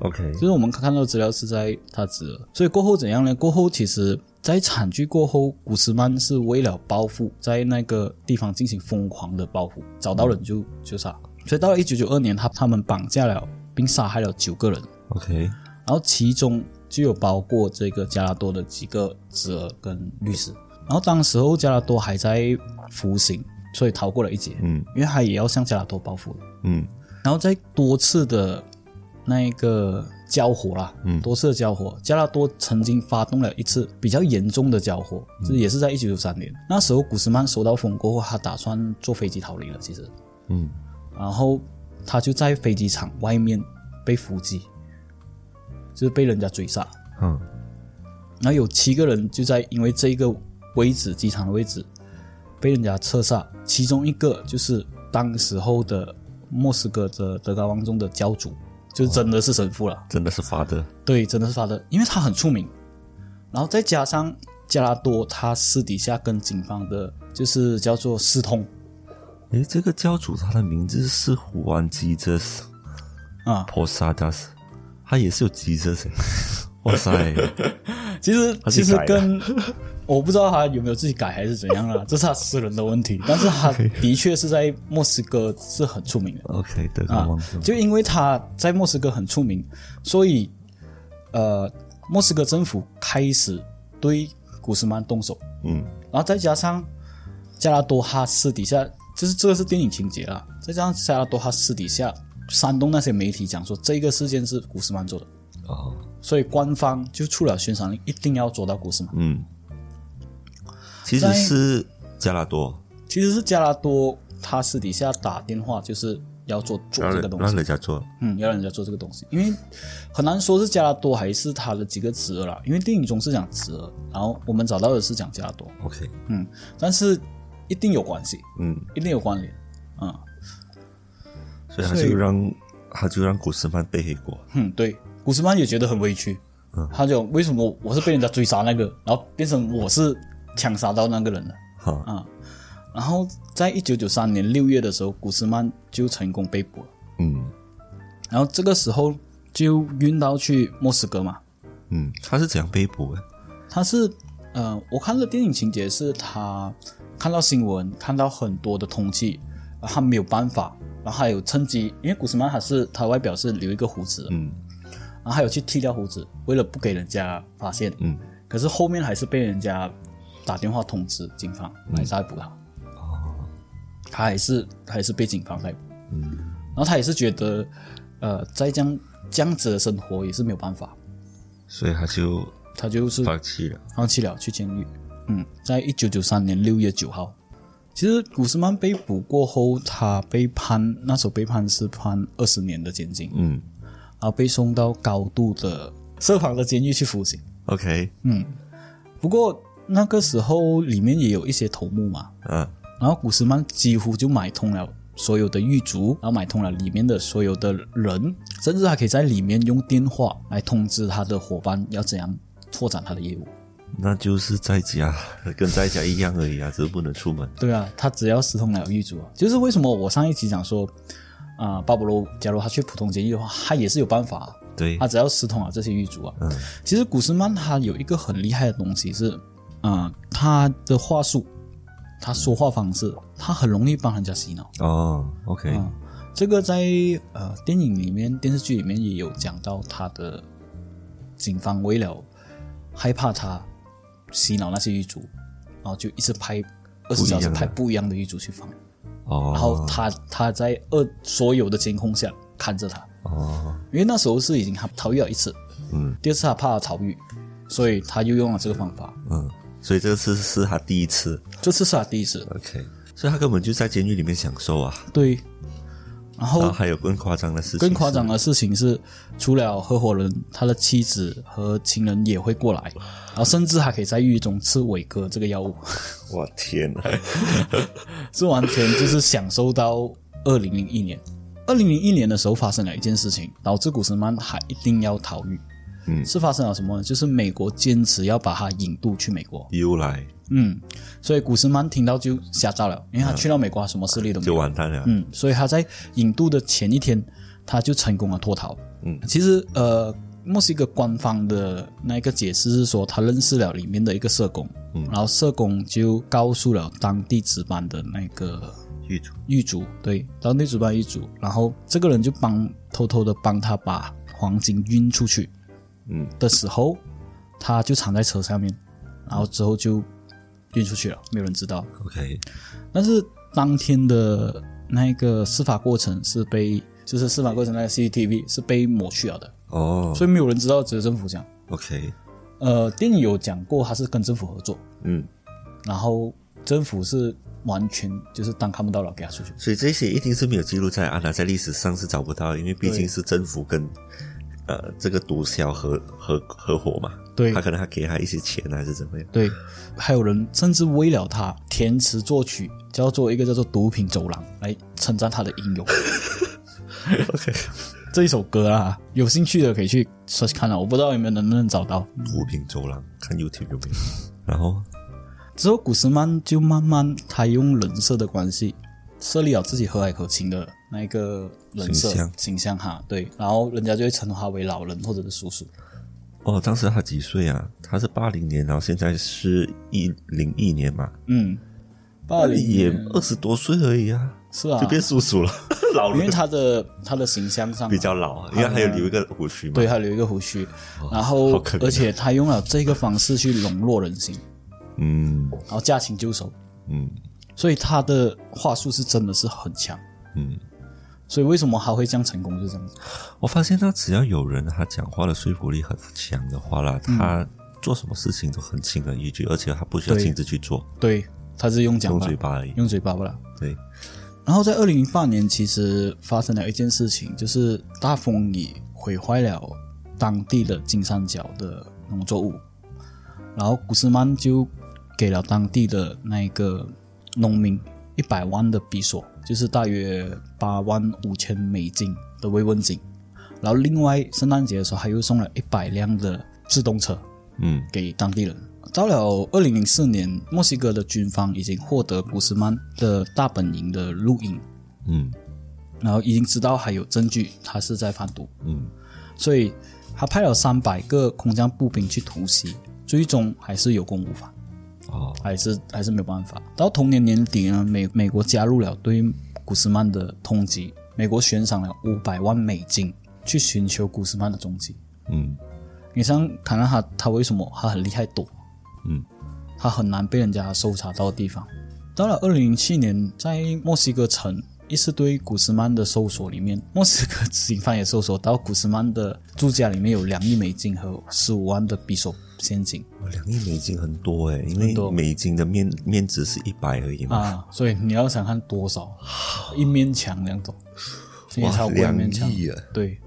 Speaker 2: ，OK，
Speaker 1: 就是我们看到的资料是在他侄儿，所以过后怎样呢？过后其实。在惨剧过后，古斯曼是为了报复，在那个地方进行疯狂的报复，找到人就就杀。所以到了一九九二年，他他们绑架了并杀害了九个人，
Speaker 2: OK，
Speaker 1: 然后其中就有包括这个加拉多的几个侄儿跟律师。然后当时候加拉多还在服刑，所以逃过了一劫，
Speaker 2: 嗯
Speaker 1: 因为他也要向加拉多报复。
Speaker 2: 嗯
Speaker 1: 然后在多次的那一个交火啦，
Speaker 2: 嗯
Speaker 1: 多次的交火，加拉多曾经发动了一次比较严重的交火，
Speaker 2: 嗯
Speaker 1: 就是也是在一九九三年，那时候古斯曼收到风过后，他打算坐飞机逃离了，其实，
Speaker 2: 嗯，
Speaker 1: 然后他就在飞机场外面被伏击，就是被人家追杀，
Speaker 2: 嗯
Speaker 1: 然后有七个人就在因为这个位置机场的位置被人家射杀，其中一个就是当时候的莫斯科的德高望重的教主，就真的是神父了，
Speaker 2: 真的是发的，
Speaker 1: 对，真的是他的，因为他很出名，然后再加上加拉多他私底下跟警方的就是叫做私通
Speaker 2: 诶，这个教主他的名字是胡安吉泽斯
Speaker 1: 啊，
Speaker 2: Posadas，他也是有吉泽斯，哇塞，
Speaker 1: 其实
Speaker 2: 他自
Speaker 1: 其
Speaker 2: 己
Speaker 1: 实
Speaker 2: 改的
Speaker 1: 跟我不知道他有没有自己改还是怎样啦，这是他私人的问题，但是 他的确是在莫斯科是很出名的。
Speaker 2: OK，德高望重，
Speaker 1: 就因为他在莫斯科很出名，所以呃，莫斯科政府开始对古斯曼动手，
Speaker 2: 嗯
Speaker 1: 然后再加上加拉多哈私底下，就是这个是电影情节啊，再加上加拉多哈私底下煽动那些媒体讲说这个事件是古斯曼做的，
Speaker 2: 哦，
Speaker 1: 所以官方就出了宣传令，一定要捉到古斯曼。
Speaker 2: 嗯，其实
Speaker 1: 在
Speaker 2: 是加拉多
Speaker 1: 其实是加拉多他私底下打电话就是要做做
Speaker 2: 让
Speaker 1: 这
Speaker 2: 人
Speaker 1: 个东西
Speaker 2: 让，人家做，
Speaker 1: 嗯，要让人家做这个东西，因为很难说是加拉多还是他的几个侄儿啦，因为电影中是讲侄儿，然后我们找到的是讲加拉多，
Speaker 2: OK，
Speaker 1: 嗯，但是一定有关系，
Speaker 2: 嗯，
Speaker 1: 一定有关联，嗯
Speaker 2: 所以他
Speaker 1: 所以
Speaker 2: 就让他就让古斯曼背黑锅，
Speaker 1: 哼，嗯对，古斯曼也觉得很委屈，他就为什么我是被人家追杀那个，然后变成我是枪杀到那个人了，啊
Speaker 2: 哈，
Speaker 1: 然后在一九九三年六月的时候，古斯曼就成功被捕了，
Speaker 2: 嗯
Speaker 1: 然后这个时候就运到去莫斯科嘛，
Speaker 2: 嗯，他是怎样被捕的？
Speaker 1: 他是呃，我看了电影情节是他看到新闻，看到很多的通气，然后他没有办法，然后还有趁机，因为古斯曼他是他外表是留一个胡子的，
Speaker 2: 嗯
Speaker 1: 然后还有去剃掉胡子，为了不给人家发现。
Speaker 2: 嗯，
Speaker 1: 可是后面还是被人家打电话通知警方来逮捕他。哦，他还是他还是被警方逮捕。嗯，然后他也是觉得，呃，再这样这样子的生活也是没有办法，
Speaker 2: 所以他就
Speaker 1: 他就是
Speaker 2: 放弃了。
Speaker 1: 放弃了去监狱。嗯，在一九九三年六月九号，其实古斯曼被捕过后，他被判那时候被判是判二十年的监禁，
Speaker 2: 嗯
Speaker 1: 然后被送到高度的设防的监狱去服刑。
Speaker 2: ，OK，
Speaker 1: 嗯不过那个时候里面也有一些头目嘛，
Speaker 2: 嗯、
Speaker 1: 然后古斯曼几乎就买通了所有的狱卒，然后买通了里面的所有的人，甚至还可以在里面用电话来通知他的伙伴要怎样拓展他的业务。
Speaker 2: 那就是在家，跟在家一样而已啊，只是不能出门。
Speaker 1: 对啊，他只要私通了狱卒啊，就是为什么我上一期讲说，啊、巴勃罗，假如他去普通监狱的话，他也是有办法啊，
Speaker 2: 对
Speaker 1: 他，只要私通了这些狱卒啊。
Speaker 2: 嗯
Speaker 1: 其实古斯曼他有一个很厉害的东西是，啊、他的话术，他说话方式，他很容易帮人家洗脑。
Speaker 2: 哦，OK，
Speaker 1: 啊，这个在呃电影里面、电视剧里面也有讲到，他的警方为了害怕他洗脑那些狱卒，然后就一直拍二十小时
Speaker 2: 不一样的
Speaker 1: 拍不一样的狱卒去放，
Speaker 2: 哦，
Speaker 1: 然后他他在二所有的监控下看着他，
Speaker 2: 哦，
Speaker 1: 因为那时候是已经他逃狱了一次，
Speaker 2: 嗯，
Speaker 1: 第二次他怕他逃狱，所以他又用了这个方法，
Speaker 2: 嗯，所以这次是他第一次
Speaker 1: 这次是他第一次，
Speaker 2: ，OK，所以他根本就在监狱里面享受啊。
Speaker 1: 对，然后
Speaker 2: 然后还有更夸张的事情，
Speaker 1: 更夸张，的事情是，除了合伙人，他的妻子和情人也会过来，然后甚至还可以在狱中吃伟哥这个药物，
Speaker 2: 我天啊！
Speaker 1: 是完全就是享受到二零零一年。二零零一年的时候发生了一件事情，导致古斯曼还一定要逃狱。
Speaker 2: 嗯
Speaker 1: 是发生了什么呢？就是美国坚持要把他引渡去美国。
Speaker 2: 又来
Speaker 1: 嗯，所以古斯曼听到就吓到了，因为他去到美国，他什么势力都没有
Speaker 2: 就。完蛋了，
Speaker 1: 嗯，所以他在引渡的前一天，他就成功了脱逃。
Speaker 2: 嗯，
Speaker 1: 其实呃，墨西哥官方的那一个解释是说，他认识了里面的一个社工，嗯，然后社工就告诉了当地值班的那个
Speaker 2: 狱卒
Speaker 1: 狱卒，对，当地值班狱卒，然后这个人就帮偷偷的帮他把黄金运出去，
Speaker 2: 嗯，
Speaker 1: 的时候，他就藏在车上面，然后之后就运出去了，没有人知道。
Speaker 2: ，OK，
Speaker 1: 但是当天的那个司法过程是被，就是司法过程那个 CCTV 是被抹去了的，
Speaker 2: 哦
Speaker 1: 所以没有人知道，只有政府讲。
Speaker 2: ，OK，
Speaker 1: 呃，电影有讲过，他是跟政府合作，
Speaker 2: 嗯，
Speaker 1: 然后政府是完全就是当看不到了，给他出去。
Speaker 2: 所以这些一定是没有记录在安娜在历史上是找不到的，因为毕竟是政府跟呃这个毒枭合合合伙嘛，
Speaker 1: 对
Speaker 2: 他可能还给他一些钱还是怎 么样，
Speaker 1: 对，还有人甚至为了他填词作曲，叫做一个叫做“毒品走廊”来称赞他的英勇。
Speaker 2: OK
Speaker 1: 这一首歌啊，有兴趣的可以去 search 看啊，我不知道你们能不能找到。
Speaker 2: 毒品走廊看 YouTube 有没有，然后
Speaker 1: 之后，古斯曼就慢慢他用人设的关系，设立了自己和蔼可亲的那一个人设
Speaker 2: 形象
Speaker 1: 哈，对，然后人家就会称呼他为老人或者是叔叔，
Speaker 2: 哦，当时他几岁啊？他是八零年，然后现在是一零一年嘛，
Speaker 1: 嗯，八
Speaker 2: 那
Speaker 1: 零
Speaker 2: 也
Speaker 1: 年
Speaker 2: 二十多岁而已啊，
Speaker 1: 是啊
Speaker 2: 哎就，变叔叔了， 老
Speaker 1: 因为
Speaker 2: 人
Speaker 1: 他的他的形象上嘛啊
Speaker 2: 比较老，因为还有留一个胡须嘛，
Speaker 1: 对，啊他留一个胡须，然后
Speaker 2: 好可怜啊
Speaker 1: 而且他用了这个方式去笼络人心，
Speaker 2: 嗯
Speaker 1: 然后驾轻就熟，
Speaker 2: 嗯
Speaker 1: 所以他的话术是真的是很强，
Speaker 2: 嗯。
Speaker 1: 所以为什么他会这样成功就是这样子，
Speaker 2: 我发现他只要有人他讲话的说服力很强的话啦，
Speaker 1: 嗯
Speaker 2: 他做什么事情都很轻而易举，而且他不需要
Speaker 1: 对
Speaker 2: 亲自去做，
Speaker 1: 对，他是用讲
Speaker 2: 用
Speaker 1: 吧
Speaker 2: 嘴，巴而已。
Speaker 1: 用嘴巴不啦。
Speaker 2: 对，
Speaker 1: 然后在二零零八年，其实发生了一件事情，就是大风雨毁坏了当地的金三角的农作物，然后古斯曼就给了当地的那一个农民一百万的比索，就是大约八万五千美金的慰问金，然后另外圣诞节的时候，他又送了一百辆的自动车，
Speaker 2: 嗯
Speaker 1: 给当地人。到了二零零四年，墨西哥的军方已经获得古斯曼的大本营的录音，
Speaker 2: 嗯
Speaker 1: 然后已经知道还有证据他是在贩毒，
Speaker 2: 嗯，
Speaker 1: 所以他派了三百个空降步兵去突袭，最终还是有功无返，
Speaker 2: 哦，
Speaker 1: 还是还是没有办法。到同年年底呢，美美国加入了对古斯曼的通缉，美国悬赏了五百万美金去寻求古斯曼的踪迹。
Speaker 2: 嗯
Speaker 1: 你像卡纳哈，他为什么他很厉害躲？
Speaker 2: 嗯，
Speaker 1: 他很难被人家搜查到的地方。到了二零零七年，在墨西哥城一次对古斯曼的搜索里面， 墨西哥警方也搜索到古斯曼的住家里面有两亿美金和十五万的匕首现金
Speaker 2: 两亿美金很多哎，因为
Speaker 1: 很多
Speaker 2: 美金的面面值是一百而已嘛。
Speaker 1: 啊！所以你要想看多少，一面墙两种，现在超过一面墙
Speaker 2: 两。亿啊！
Speaker 1: 对，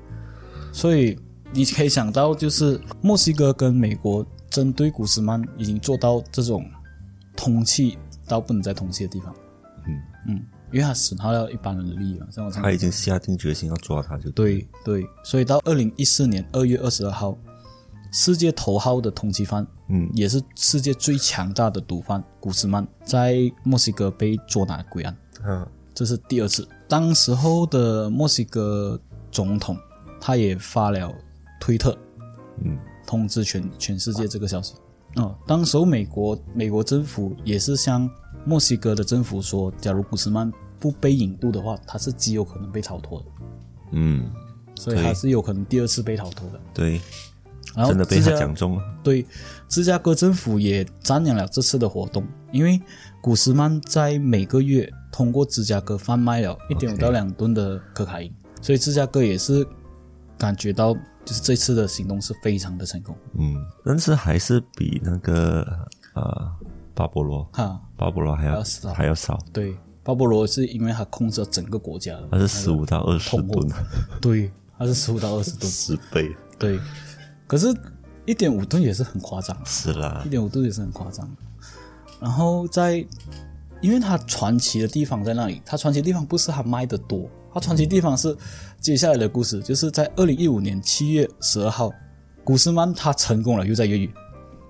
Speaker 1: 所以你可以想到，就是墨西哥跟美国针对古斯曼已经做到这种通气到不能再通气的地方。
Speaker 2: 嗯
Speaker 1: 嗯，因为他损耗到一般人的利益嘛，像我上
Speaker 2: 他已经下定决心要抓他就
Speaker 1: 对对，所以到二零一四年二月二十二号，世界头号的通缉犯，
Speaker 2: 嗯
Speaker 1: 也是世界最强大的毒贩古斯曼，在墨西哥被捉拿归案。
Speaker 2: 嗯
Speaker 1: 这是第二次。当时候的墨西哥总统，他也发了推特
Speaker 2: 嗯
Speaker 1: 通知全全世界这个消息。哦，当时候美国美国政府也是向墨西哥的政府说，假如古斯曼不被引渡的话，他是极有可能被逃脱的，
Speaker 2: 嗯，
Speaker 1: 所以他是有可能第二次被逃脱的。
Speaker 2: 对，
Speaker 1: 然后
Speaker 2: 真的被他
Speaker 1: 芝加
Speaker 2: 讲中了。
Speaker 1: 对，芝加哥政府也赞扬了这次的活动，因为古斯曼在每个月通过芝加哥贩卖了一点五
Speaker 2: OK
Speaker 1: 到两吨的可卡因所以芝加哥也是感觉到，就是这次的行动是非常的成功
Speaker 2: 嗯，但是还是比那个呃巴勃罗
Speaker 1: 哈。
Speaker 2: 巴勃罗还
Speaker 1: 还
Speaker 2: 要
Speaker 1: 要少
Speaker 2: 还要少，
Speaker 1: 对，巴勃罗是因为他控制了整个国家的，
Speaker 2: 它是十五到二十
Speaker 1: 通货
Speaker 2: 吨，
Speaker 1: 对，他是十五到二十吨，
Speaker 2: 十倍
Speaker 1: 对，可是一点五吨也是很夸张。啊
Speaker 2: 是啦
Speaker 1: 一。点五度也是很夸张。然后在，因为它传奇的地方在那里，它传奇的地方不是它卖的多，它传奇的地方是接下来的故事，就是在二零一五年七月十二号，古斯曼他成功了，又在越狱，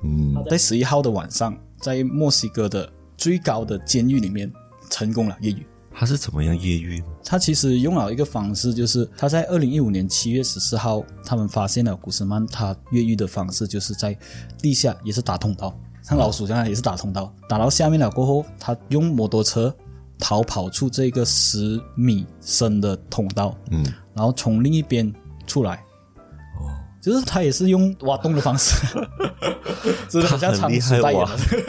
Speaker 2: 嗯
Speaker 1: 在十一号的晚上，在墨西哥的最高的监狱里面成功了越狱。
Speaker 2: 他是怎么样越狱的？
Speaker 1: 他其实用了一个方式，就是他在二零一五年七月十四号，他们发现了古斯曼他越狱的方式，就是在地下也是打通道，像老鼠这样也是打通道，打到下面了过后，他用摩托车逃跑出这个十米深的通道，
Speaker 2: 嗯，
Speaker 1: 然后从另一边出来。
Speaker 2: 哦，
Speaker 1: 就是他也是用挖洞的方式， 就是很像
Speaker 2: 他
Speaker 1: 仓
Speaker 2: 很厉害
Speaker 1: 鼠代言
Speaker 2: 哇
Speaker 1: 人，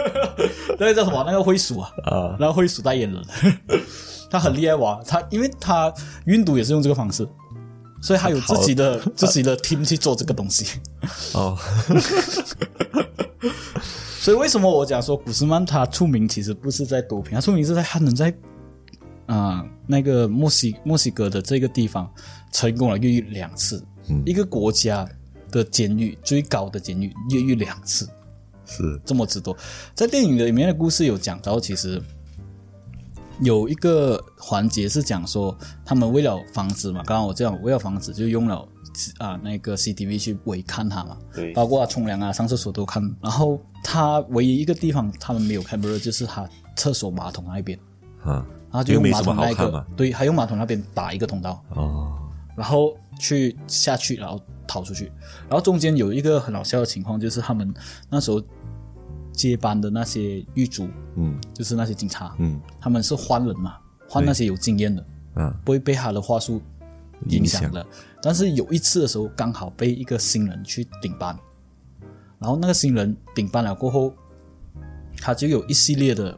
Speaker 1: 那个叫什么？那个灰鼠啊，
Speaker 2: 啊，
Speaker 1: 然后会鼠代言人， 他很厉害哇！他因为他运毒也是用这个方式，所以他有自己的自己的 team 去做这个东西。
Speaker 2: 哦，
Speaker 1: 所以为什么我讲说古斯曼他出名其实不是在毒品，他出名是在他能在啊、那个墨西墨西哥的这个地方成功了越狱两次，
Speaker 2: 嗯
Speaker 1: 一个国家的监狱最高的监狱越狱两次，
Speaker 2: 是，
Speaker 1: 这么之多。在电影里面的故事有讲到，其实有一个环节是讲说，他们为了防止嘛，刚刚我这样为了防止就用了啊那个 CTV 去围看他嘛，
Speaker 2: 对
Speaker 1: 包括他冲凉啊、上厕所都看。然后他唯一一个地方他们没有 camera 就是他厕所马桶那一边，
Speaker 2: 啊，
Speaker 1: 然后就用
Speaker 2: 因为没
Speaker 1: 马
Speaker 2: 什么
Speaker 1: 桶那一
Speaker 2: 好看
Speaker 1: 个
Speaker 2: 嘛，
Speaker 1: 对，还用马桶那边打一个通道，
Speaker 2: 哦，
Speaker 1: 然后去下去，然后逃出去。然后中间有一个很好笑的情况，就是他们那时候接班的那些狱卒，
Speaker 2: 嗯
Speaker 1: 就是那些警察，
Speaker 2: 嗯
Speaker 1: 他们是换人嘛，换那些有经验的，
Speaker 2: 啊，
Speaker 1: 不会被他的话术影响的。但是有一次的时候，刚好被一个新人去顶班，然后那个新人顶班了过后，他就有一系列的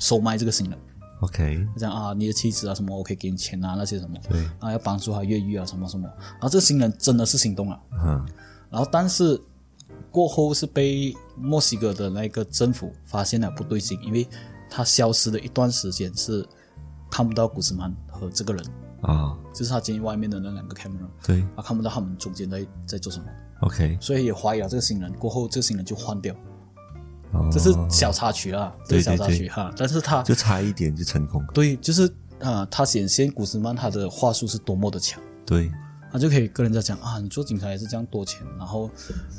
Speaker 1: 收卖这个新人。
Speaker 2: OK，
Speaker 1: 他讲啊，你的妻子啊什么，我可以给你钱啊那些什么，
Speaker 2: 对
Speaker 1: 啊要帮助他越狱啊什么什么，然后这新人真的是行动了，
Speaker 2: 啊，
Speaker 1: 然后但是过后是被墨西哥的那个政府发现了不对劲，因为他消失的一段时间是看不到古斯曼和这个人，
Speaker 2: 啊，
Speaker 1: 就是他监狱外面的那两个 camera，
Speaker 2: 对
Speaker 1: 他看不到他们中间在在做什么，
Speaker 2: ，OK，
Speaker 1: 所以也怀疑啊了这个新人，过后这个新人就换掉，
Speaker 2: 哦，
Speaker 1: 这是小插曲啊，这是小
Speaker 2: 对对
Speaker 1: 插
Speaker 2: 对
Speaker 1: 曲哈，但是他
Speaker 2: 就差一点就成功了，
Speaker 1: 对，就是啊、呃他显现古斯曼他的话术是多么的强，
Speaker 2: 对，
Speaker 1: 他就可以跟人家讲啊，你做警察也是这样多钱，然后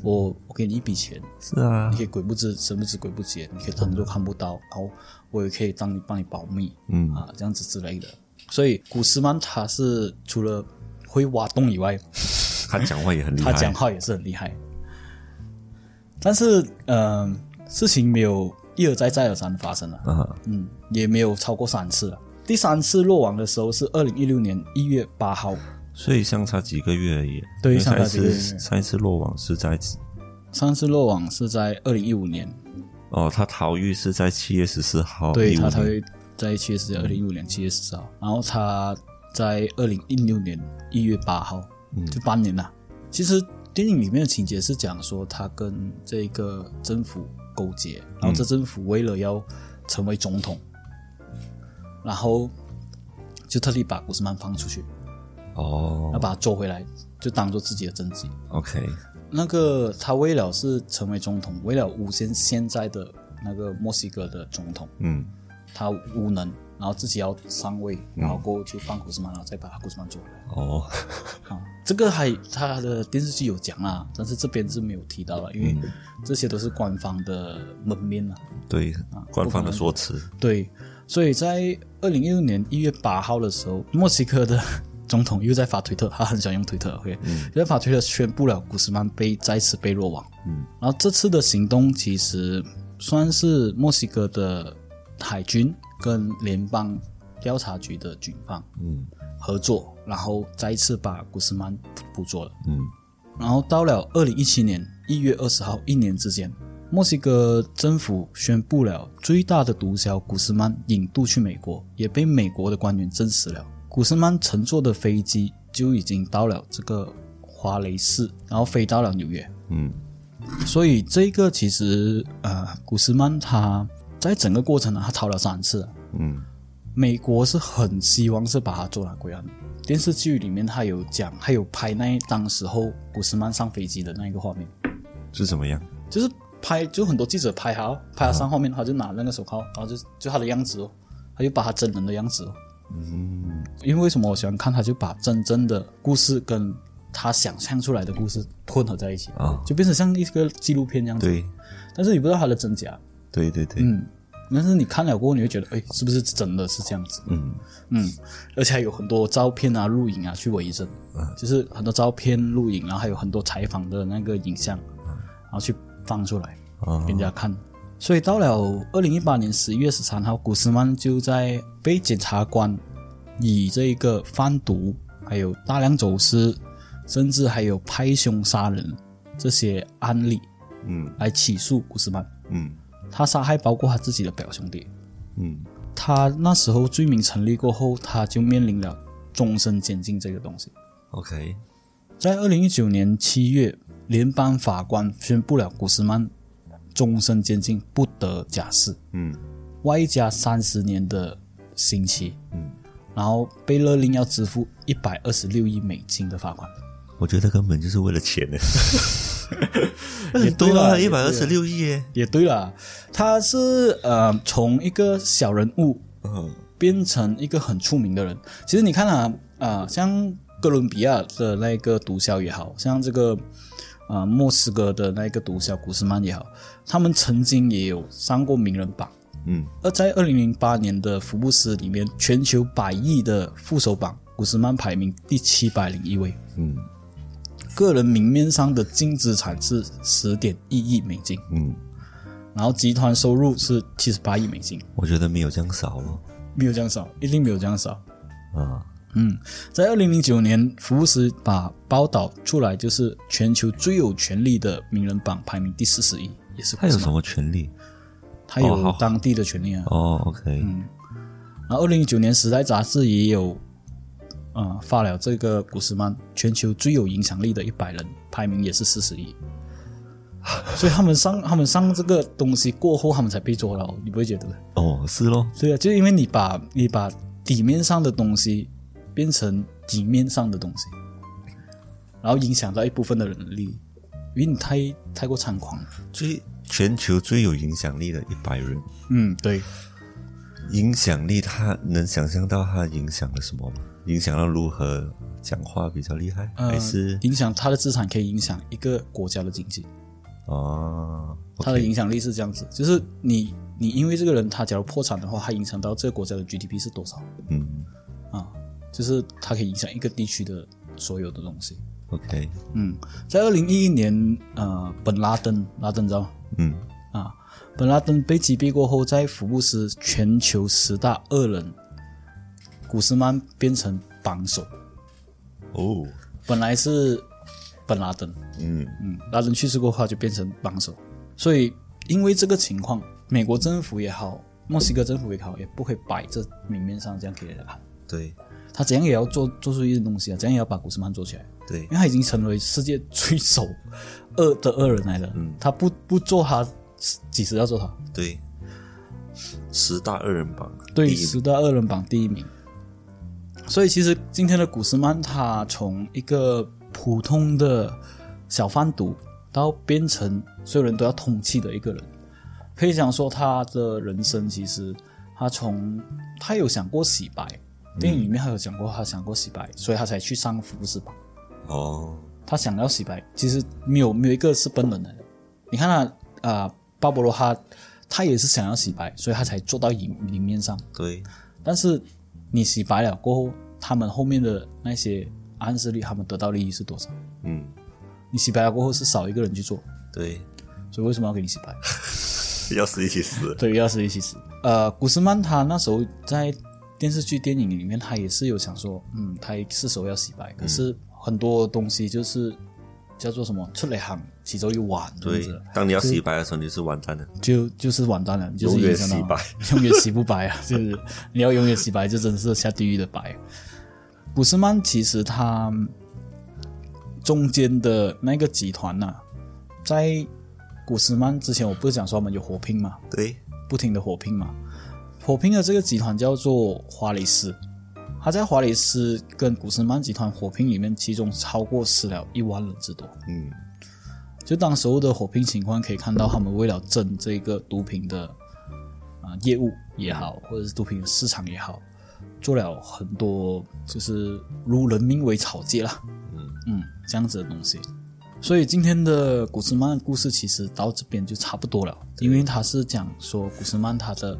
Speaker 1: 我我给你一笔钱，
Speaker 2: 是啊
Speaker 1: 你可，以鬼不知神不知鬼不觉，你可以当做看不到，然后我也可以当你帮你保密，
Speaker 2: 嗯
Speaker 1: 啊这样子之类的。所以古斯曼他是除了会挖洞以外，
Speaker 2: 他讲话也很厉害，
Speaker 1: 他讲话也是很厉害。但是，嗯、事情没有一而再再而三的发生了。
Speaker 2: 啊，
Speaker 1: 嗯，也没有超过三次了。第三次落网的时候是二零一六年一月八号，
Speaker 2: 所以相差几个月而已。
Speaker 1: 对
Speaker 2: 因为
Speaker 1: 相
Speaker 2: 上
Speaker 1: 差
Speaker 2: 一
Speaker 1: 几个
Speaker 2: 次
Speaker 1: 月
Speaker 2: 上一次落网是在
Speaker 1: 上次落网是在二零一五年，
Speaker 2: 哦，他逃狱是在七月十四号，
Speaker 1: 对
Speaker 2: 15
Speaker 1: 他
Speaker 2: 年
Speaker 1: 才会在七月十二零一五年七月十号，然后他在二零一六年一月八号，就半年了。其实电影里面的情节是讲说他跟这个政府勾结，然后这政府为了要成为总统，然后就特地把古斯曼放出去，要
Speaker 2: 哦
Speaker 1: 把他捉回来，就当做自己的政绩。
Speaker 2: ，OK，
Speaker 1: 那个他为了是成为总统，为了诬陷现在的那个墨西哥的总统，
Speaker 2: 嗯
Speaker 1: 他无能，然后自己要上位，然后过后就放古斯曼，然后再把古斯曼捉回来
Speaker 2: 哦，
Speaker 1: 啊。这个还他的电视剧有讲啦，但是这边是没有提到了，因为这些都是官方的门面啊。
Speaker 2: 对，官方的说辞，
Speaker 1: 对，所以在二零一六年一月八号的时候，墨西哥的总统又在发推特，他很喜欢用推特，OK，、又在发推特宣布了古斯曼被再次被落网。嗯，然后这次的行动其实算是墨西哥的海军跟联邦调查局的军方
Speaker 2: 嗯
Speaker 1: 合作，然后再次把古斯曼捕捉了。
Speaker 2: 嗯
Speaker 1: 然后到了二零一七年一月二十号，一年之间，墨西哥政府宣布了最大的毒枭古斯曼引渡去美国，也被美国的官员证实了。古斯曼乘坐的飞机就已经到了这个华雷市，然后飞到了纽约。
Speaker 2: 嗯，
Speaker 1: 所以这个其实呃，古斯曼他在整个过程呢，他逃了三次。
Speaker 2: 嗯，
Speaker 1: 美国是很希望是把他捉拿归案。电视剧里面他有讲，还有拍那当时候古斯曼上飞机的那一个画面，
Speaker 2: 是怎么样？
Speaker 1: 就是拍，就很多记者拍他哦，拍他上画面，他就拿那个手铐，然后就就他的样子哦，他就把他真人的样子哦。
Speaker 2: 嗯，
Speaker 1: 因为为什么我喜欢看，他就把真正的故事跟他想象出来的故事混合在一起，
Speaker 2: 啊
Speaker 1: 就变成像一个纪录片这样子。
Speaker 2: 对
Speaker 1: 但是你不知道他的真假，
Speaker 2: 对对对，
Speaker 1: 嗯，但是你看了过后，你会觉得，哎，是不是真的是这样子？
Speaker 2: 嗯
Speaker 1: 嗯，而且还有很多照片啊、录影啊去为证，
Speaker 2: 嗯
Speaker 1: 就是很多照片、录影，然后还有很多采访的那个影像，然后去放出来
Speaker 2: 嗯啊
Speaker 1: 给人家看。所以到了二零一八年十一月十三号，古斯曼就在被检察官以这个贩毒、还有大量走私，甚至还有拍胸杀人这些案例
Speaker 2: 嗯
Speaker 1: 来起诉古斯曼。
Speaker 2: 嗯
Speaker 1: 他杀害包括他自己的表兄弟，
Speaker 2: 嗯，
Speaker 1: 他那时候罪名成立过后，他就面临了终身监禁这个东西。
Speaker 2: OK，
Speaker 1: 在二零一九年七月，联邦法官宣布了古斯曼终身监禁，不得假释，
Speaker 2: 嗯
Speaker 1: 外加三十年的刑期，
Speaker 2: 嗯，
Speaker 1: 然后被勒令要支付一百二十六亿美金的罚款。
Speaker 2: 我觉得根本就是为了钱 呢，
Speaker 1: 也
Speaker 2: 很多
Speaker 1: 对
Speaker 2: 啊，
Speaker 1: 啦
Speaker 2: 一百二十六亿耶，
Speaker 1: 也对了，他是呃从一个小人物
Speaker 2: 嗯
Speaker 1: 变成一个很出名的人。其实你看啊，啊、像哥伦比亚的那个毒枭也好像这个啊、呃莫斯科的那个毒枭古斯曼也好，他们曾经也有上过名人榜。
Speaker 2: 嗯
Speaker 1: 而在二零零八年的福布斯里面，全球百亿的副手榜，古斯曼排名第七百零一位，
Speaker 2: 嗯
Speaker 1: 个人明面上的净资产是十点一亿美金，
Speaker 2: 嗯，
Speaker 1: 然后集团收入是七十八亿美金，
Speaker 2: 我觉得没有这样少了
Speaker 1: 没有这样少，一定没有这样少。
Speaker 2: 啊，
Speaker 1: 嗯，在二零零九年，福布斯把报道出来，就是全球最有权力的名人榜排名第四十一，也是
Speaker 2: 他有什
Speaker 1: 么？
Speaker 2: 么权利？
Speaker 1: 他
Speaker 2: 哦
Speaker 1: 有
Speaker 2: 好
Speaker 1: 当地的权利啊。
Speaker 2: 哦，OK，
Speaker 1: 嗯然后二零一九年，《时代》杂志也有，呃，发了这个古斯曼全球最有影响力的一百人，排名也是四十 一。所以他们上他们上这个东西过后，他们才被捉了，你不会觉得？
Speaker 2: 哦，是咯，
Speaker 1: 对啊，就是因为你把你把底面上的东西变成底面上的东西，然后影响到一部分的人的利益，因为你太太过猖狂了。
Speaker 2: 最全球最有影响力的一百人，
Speaker 1: 嗯，对，
Speaker 2: 影响力，他能想象到他影响了什么吗？影响到如何讲话比较厉害，
Speaker 1: 呃
Speaker 2: 还是
Speaker 1: 影响他的资产可以影响一个国家的经济，
Speaker 2: 哦
Speaker 1: 他的
Speaker 2: ，OK，
Speaker 1: 影响力是这样子，就是你你因为这个人他假如破产的话，他影响到这个国家的 GDP 是多少
Speaker 2: 嗯
Speaker 1: 啊？就是他可以影响一个地区的所有的东西。
Speaker 2: ，OK，
Speaker 1: 嗯，在二零一一年，呃，本拉登，拉登你知道吗？
Speaker 2: 嗯
Speaker 1: 啊，本拉登被击毙过后，在福布斯全球十大恶人，古斯曼变成榜首，
Speaker 2: 哦，
Speaker 1: 本来是本拉登，
Speaker 2: 嗯
Speaker 1: 嗯，拉登去世过后他就变成帮手，所以因为这个情况，美国政府也好，墨西哥政府也好，也不会摆这明面上这样给人家看，
Speaker 2: 对
Speaker 1: 他怎样也要做做出一些东西啊，怎样也要把古斯曼做起来，
Speaker 2: 对
Speaker 1: 因为他已经成为世界最 首恶的恶人来了，他不不做他，几时要做他？
Speaker 2: 对，十大恶人榜
Speaker 1: 对
Speaker 2: 第一
Speaker 1: 十大恶人榜第一名。所以其实今天的古斯曼，他从一个普通的小贩毒，到变成所有人都要通缉的一个人，可以讲说他的人生其实他从他有想过洗白，电影里面他有讲过他想过洗白，所以他才去上福斯榜。
Speaker 2: 哦，
Speaker 1: 他想要洗白，其实没有没有一个是笨人来的。你看他啊、呃巴勃罗他他也是想要洗白，所以他才做到影里面上。
Speaker 2: 对
Speaker 1: 但是你洗白了过后，他们后面的那些暗示力，他们得到利益是多少？
Speaker 2: 嗯
Speaker 1: 你洗白了过后是少一个人去做，
Speaker 2: 对，
Speaker 1: 所以为什么要给你洗白？
Speaker 2: 要死一起死，
Speaker 1: 对，要是一起死。呃，古斯曼他那时候在电视剧、电影里面，他也是有想说，嗯，他是时候要洗白，可是很多东西就是叫做什么出来行，其中一碗这样
Speaker 2: 对
Speaker 1: 子，，
Speaker 2: 当你要洗白的时候，你是完蛋的，
Speaker 1: 就就是完蛋了，你就是
Speaker 2: 永远
Speaker 1: 影响到
Speaker 2: 洗白，
Speaker 1: 永远洗不白 啊！就是你要永远洗白，就真的是下地狱的白。啊古斯曼其实他中间的那个集团呐、在古斯曼之前，我不是讲说他们有火拼嘛，
Speaker 2: 对
Speaker 1: 不停的火拼嘛。火拼的这个集团叫做华雷斯，他在华雷斯跟古斯曼集团火拼里面，其中超过死了一万人之多。
Speaker 2: 嗯
Speaker 1: 就当时候的火拼情况可以看到，他们为了争这个毒品的啊、业务也好，或者是毒品的市场也好，做了很多就是如人民为草芥啦，
Speaker 2: 嗯
Speaker 1: 嗯，这样子的东西。所以今天的古斯曼的故事其实到这边就差不多了，因为他是讲说古斯曼他的，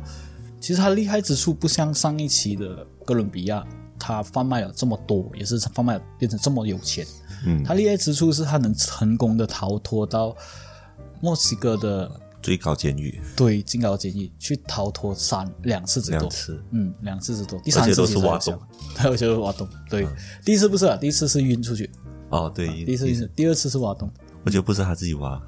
Speaker 1: 其实他厉害之处不像上一期的哥伦比亚，他贩卖了这么多，也是贩卖了变成这么有钱。
Speaker 2: 嗯，
Speaker 1: 他厉害之处是他能成功的逃脱到墨西哥的
Speaker 2: 最高监狱
Speaker 1: 对进高监狱，去逃脱三两次之
Speaker 2: 两
Speaker 1: 多，
Speaker 2: 次，
Speaker 1: 嗯，两次之多，第
Speaker 2: 而
Speaker 1: 三
Speaker 2: 且
Speaker 1: 次
Speaker 2: 都
Speaker 1: 其
Speaker 2: 是
Speaker 1: 实
Speaker 2: 挖
Speaker 1: 很小
Speaker 2: 洞， 嗯
Speaker 1: 对，我觉得挖洞，对，第一次不是啊，第一次是晕出去，
Speaker 2: 哦对，
Speaker 1: 啊第一次晕，第二次是挖洞，
Speaker 2: 我觉得不是他自己挖，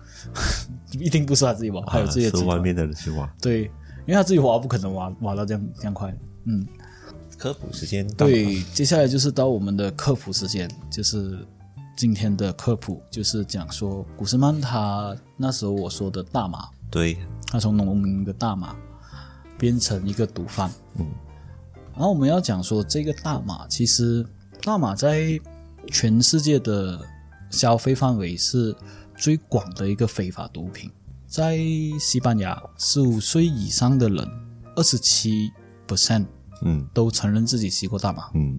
Speaker 1: 一定不是他自己挖，还有
Speaker 2: 啊
Speaker 1: 这些
Speaker 2: 是
Speaker 1: 集
Speaker 2: 外
Speaker 1: 团，
Speaker 2: 面的人去挖。
Speaker 1: 对，因为他自己挖不可能挖挖到这样这样快，嗯，
Speaker 2: 科普时间到了，
Speaker 1: 对，接下来就是到我们的科普时间，就是今天的科普，就是讲说古斯曼他那时候我说的大麻，
Speaker 2: 对
Speaker 1: 他从农民的大麻变成一个毒贩。嗯，然后我们要讲说这个大麻，其实大麻在全世界的消费范围是最广的一个非法毒品。在西班牙，十五岁以上的人，二十七 percent
Speaker 2: 嗯
Speaker 1: 都承认自己吸过大麻。
Speaker 2: 嗯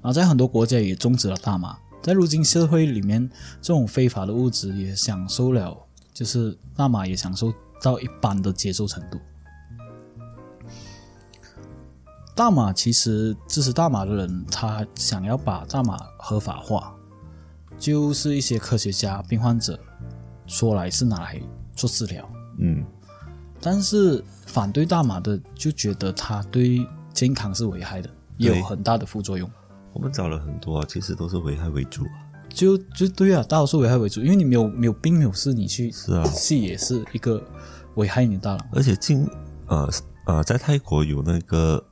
Speaker 1: 然啊后在很多国家也终止了大麻。在如今社会里面，这种非法的物质也享受了，就是大麻也享受到一般的接受程度。大麻其实支持大麻的人，他想要把大麻合法化，就是一些科学家、病患者说来是拿来做治疗，
Speaker 2: 嗯，
Speaker 1: 但是反对大麻的就觉得它对健康是危害的，也
Speaker 2: 对
Speaker 1: 有很大的副作用。
Speaker 2: 我们找了很多啊，其实都是危害为主啊。
Speaker 1: 就就对啊，大多数危害为主，因为你没有没有病没有事，你去
Speaker 2: 是啊
Speaker 1: 戏也是一个危害你的大脑。
Speaker 2: 而且近呃呃，在泰国有那个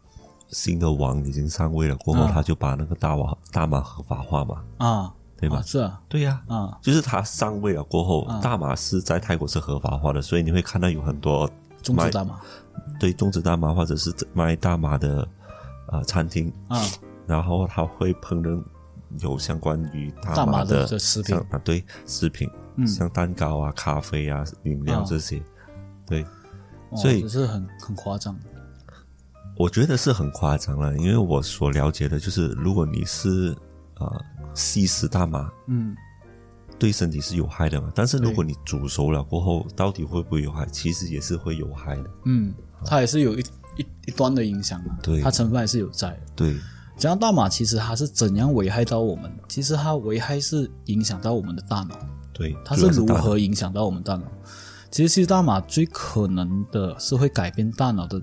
Speaker 2: 新的王已经上位了，过后
Speaker 1: 啊
Speaker 2: 他就把那个大麻大麻合法化嘛，
Speaker 1: 啊，
Speaker 2: 对吧
Speaker 1: 啊是啊，
Speaker 2: 对呀、
Speaker 1: 啊，
Speaker 2: 就是他上位了过后，大麻是在泰国是合法化的，所以你会看到有很多
Speaker 1: 中止大麻
Speaker 2: 对种植大麻或者是卖大麻的呃餐厅，
Speaker 1: 啊，
Speaker 2: 然后他会烹饪有相关于大
Speaker 1: 大麻
Speaker 2: 的
Speaker 1: 的这食品嗯
Speaker 2: 像啊，对食品，像蛋糕啊、咖啡啊、饮料
Speaker 1: 啊
Speaker 2: 这些，对，
Speaker 1: 哦
Speaker 2: 所以
Speaker 1: 这是很很夸张。
Speaker 2: 我觉得是很夸张了，因为我所了解的就是，如果你是呃吸食大麻，
Speaker 1: 嗯，
Speaker 2: 对身体是有害的嘛。但是如
Speaker 1: 对
Speaker 2: 果你煮熟了过后，到底会不会有害？其实也是会有害的。
Speaker 1: 嗯，它也是有一一一段的影响啊，
Speaker 2: 对
Speaker 1: 它成分还是有在的。
Speaker 2: 对，
Speaker 1: 讲到大麻，其实它是怎样危害到我们？其实它危害是影响到我们的大脑，
Speaker 2: 对，
Speaker 1: 它
Speaker 2: 主
Speaker 1: 是
Speaker 2: 要是
Speaker 1: 如
Speaker 2: 大麻
Speaker 1: 何影响到我们大脑？其实，其实大麻最可能的是会改变大脑的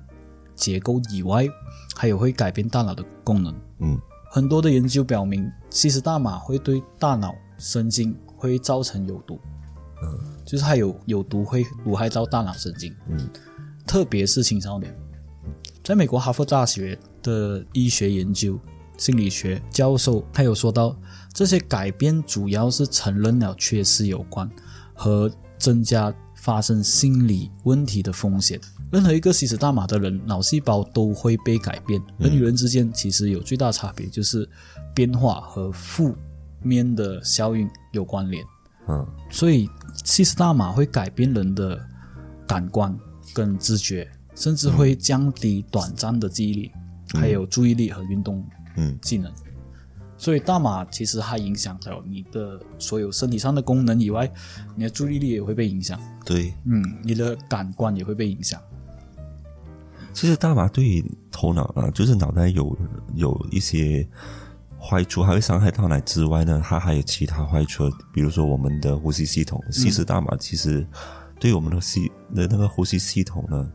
Speaker 1: 结构以外，还有会改变大脑的功能。
Speaker 2: 嗯，
Speaker 1: 很多的研究表明，吸食大麻会对大脑神经会造成有毒，嗯，就是它有有毒会毒害到大脑神经，
Speaker 2: 嗯，
Speaker 1: 特别是青少年。在美国哈佛大学的医学研究心理学教授，他有说到，这些改变主要是承认了缺失有关和增加发生心理问题的风险。任何一个吸食大麻的人，脑细胞都会被改变。人与人之间其实有最大差别就是变化和负面的效应有关联。
Speaker 2: 嗯
Speaker 1: 所以吸食大麻会改变人的感官跟知觉，甚至会降低短暂的记忆力，还有注意力和运动
Speaker 2: 嗯
Speaker 1: 技能。所以大麻其实它影响了你的所有身体上的功能以外，你的注意力也会被影响，
Speaker 2: 对。
Speaker 1: 嗯，你的感官也会被影响。
Speaker 2: 其实大麻对于头脑啊，就是脑袋有有一些坏处，还会伤害大脑之外呢，它还有其他坏处，比如说我们的呼吸系统。吸食大麻其实对我们的吸的那个呼吸系统呢，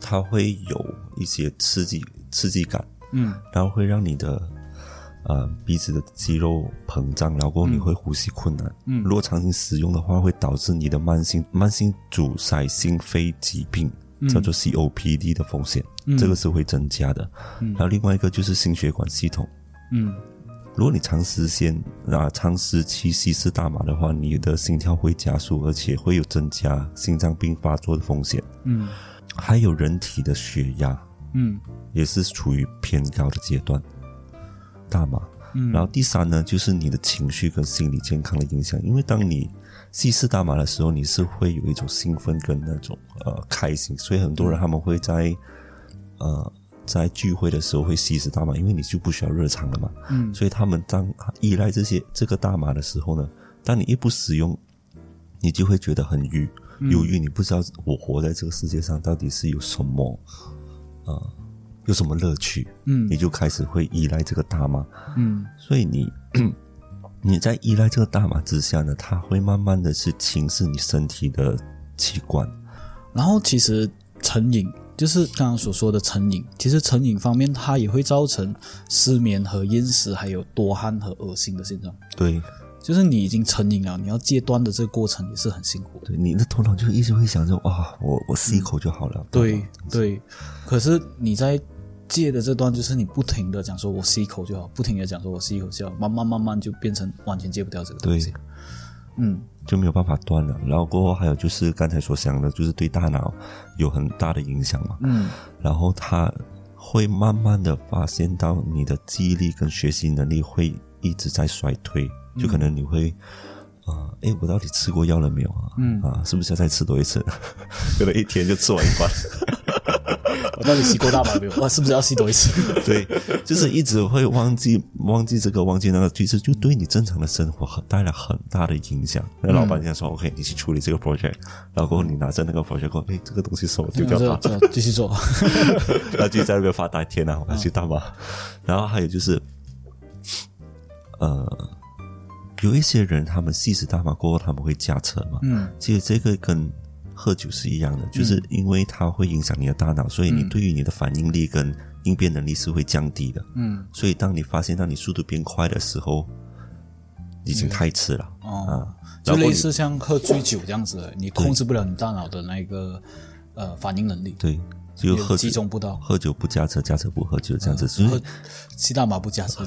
Speaker 2: 它会有一些刺激刺激感，
Speaker 1: 嗯，
Speaker 2: 然后会让你的呃鼻子的肌肉膨胀，然后过后你会呼吸困难。嗯，如果长期使用的话，会导致你的慢性慢性阻塞心肺疾病，叫做 COPD 的风险，这个是会增加的。嗯、还有另外一个就是心血管系统。
Speaker 1: 嗯，
Speaker 2: 如果你长时间啊长时期吸食大麻的话，你的心跳会加速，而且会有增加心脏病发作的风险。
Speaker 1: 嗯
Speaker 2: 还有人体的血压，
Speaker 1: 嗯
Speaker 2: 也是处于偏高的阶段，大麻。
Speaker 1: 嗯
Speaker 2: 然后第三呢，就是你的情绪跟心理健康的影响，因为当你吸食大麻的时候，你是会有一种兴奋跟那种呃开心，所以很多人他们会在呃在聚会的时候会吸食大麻，因为你就不需要热场了嘛。
Speaker 1: 嗯
Speaker 2: 所以他们当依赖这些这个大麻的时候呢，当你一不使用，你就会觉得很郁
Speaker 1: 嗯
Speaker 2: 忧郁，你不知道我活在这个世界上到底是有什么啊、呃有什么乐趣，
Speaker 1: 嗯
Speaker 2: 你就开始会依赖这个大麻，
Speaker 1: 嗯
Speaker 2: 所以你 你在依赖这个大麻之下呢，它会慢慢的去侵蚀你身体的器官，
Speaker 1: 然后其实成瘾就是刚刚所说的成瘾，其实成瘾方面它也会造成失眠和厌食，还有多汗和恶心的现象。
Speaker 2: 对，
Speaker 1: 就是你已经成瘾了，你要戒断的这个过程也是很辛苦的。
Speaker 2: 对，你的头脑就一直会想着啊，我我吸一口就好了，
Speaker 1: 对对，可是你在戒的这段，就是你不停的讲说我吸一口就好，不停的讲说我吸一口就好，慢慢慢慢就变成完全戒不掉这个东
Speaker 2: 对
Speaker 1: 西。嗯
Speaker 2: 就没有办法断了。然后过后还有就是刚才所讲的，就是对大脑有很大的影响嘛。
Speaker 1: 嗯
Speaker 2: 然后它会慢慢的发现到你的记忆力跟学习能力会一直在衰退，就可能你会。啊，哎、我到底吃过药了没有啊？嗯啊，是不是要再吃多一次？ 可能一天就吃完一罐。
Speaker 1: 我到底吸过大麻没有？我是不是要吸多一次？
Speaker 2: 对，就是一直会忘记忘记这个忘记那个，其实就对你正常的生活很带来很大的影响。那老板现在说、OK，你去处理这个 project，然后过后你拿着那个 project 过后，哎，这个东西是我丢掉 它，
Speaker 1: 这这继续做。
Speaker 2: 然后就 在那边发呆，天哪，我要去大麻。
Speaker 1: 嗯
Speaker 2: 然后还有就是，呃，有一些人他们吸食大麻过后，他们会驾车嘛，
Speaker 1: 嗯
Speaker 2: 其实这个跟喝酒是一样的，就是因为它会影响你的大脑，所以
Speaker 1: 嗯
Speaker 2: 你对于你的反应力跟应变能力是会降低的。
Speaker 1: 嗯
Speaker 2: 所以当你发现到你速度变快的时候，已经太迟了、
Speaker 1: 嗯哦，
Speaker 2: 啊。
Speaker 1: 就
Speaker 2: 然后
Speaker 1: 类
Speaker 2: 你
Speaker 1: 似像喝醉酒这样子，你控制不了你大脑的那个呃反应能力，
Speaker 2: 对，就
Speaker 1: 也
Speaker 2: 喝
Speaker 1: 集
Speaker 2: 酒
Speaker 1: 中不到。嗯
Speaker 2: 喝酒不驾车，驾车不喝酒这样子。所
Speaker 1: 喝
Speaker 2: 以
Speaker 1: 吸大麻不加 车，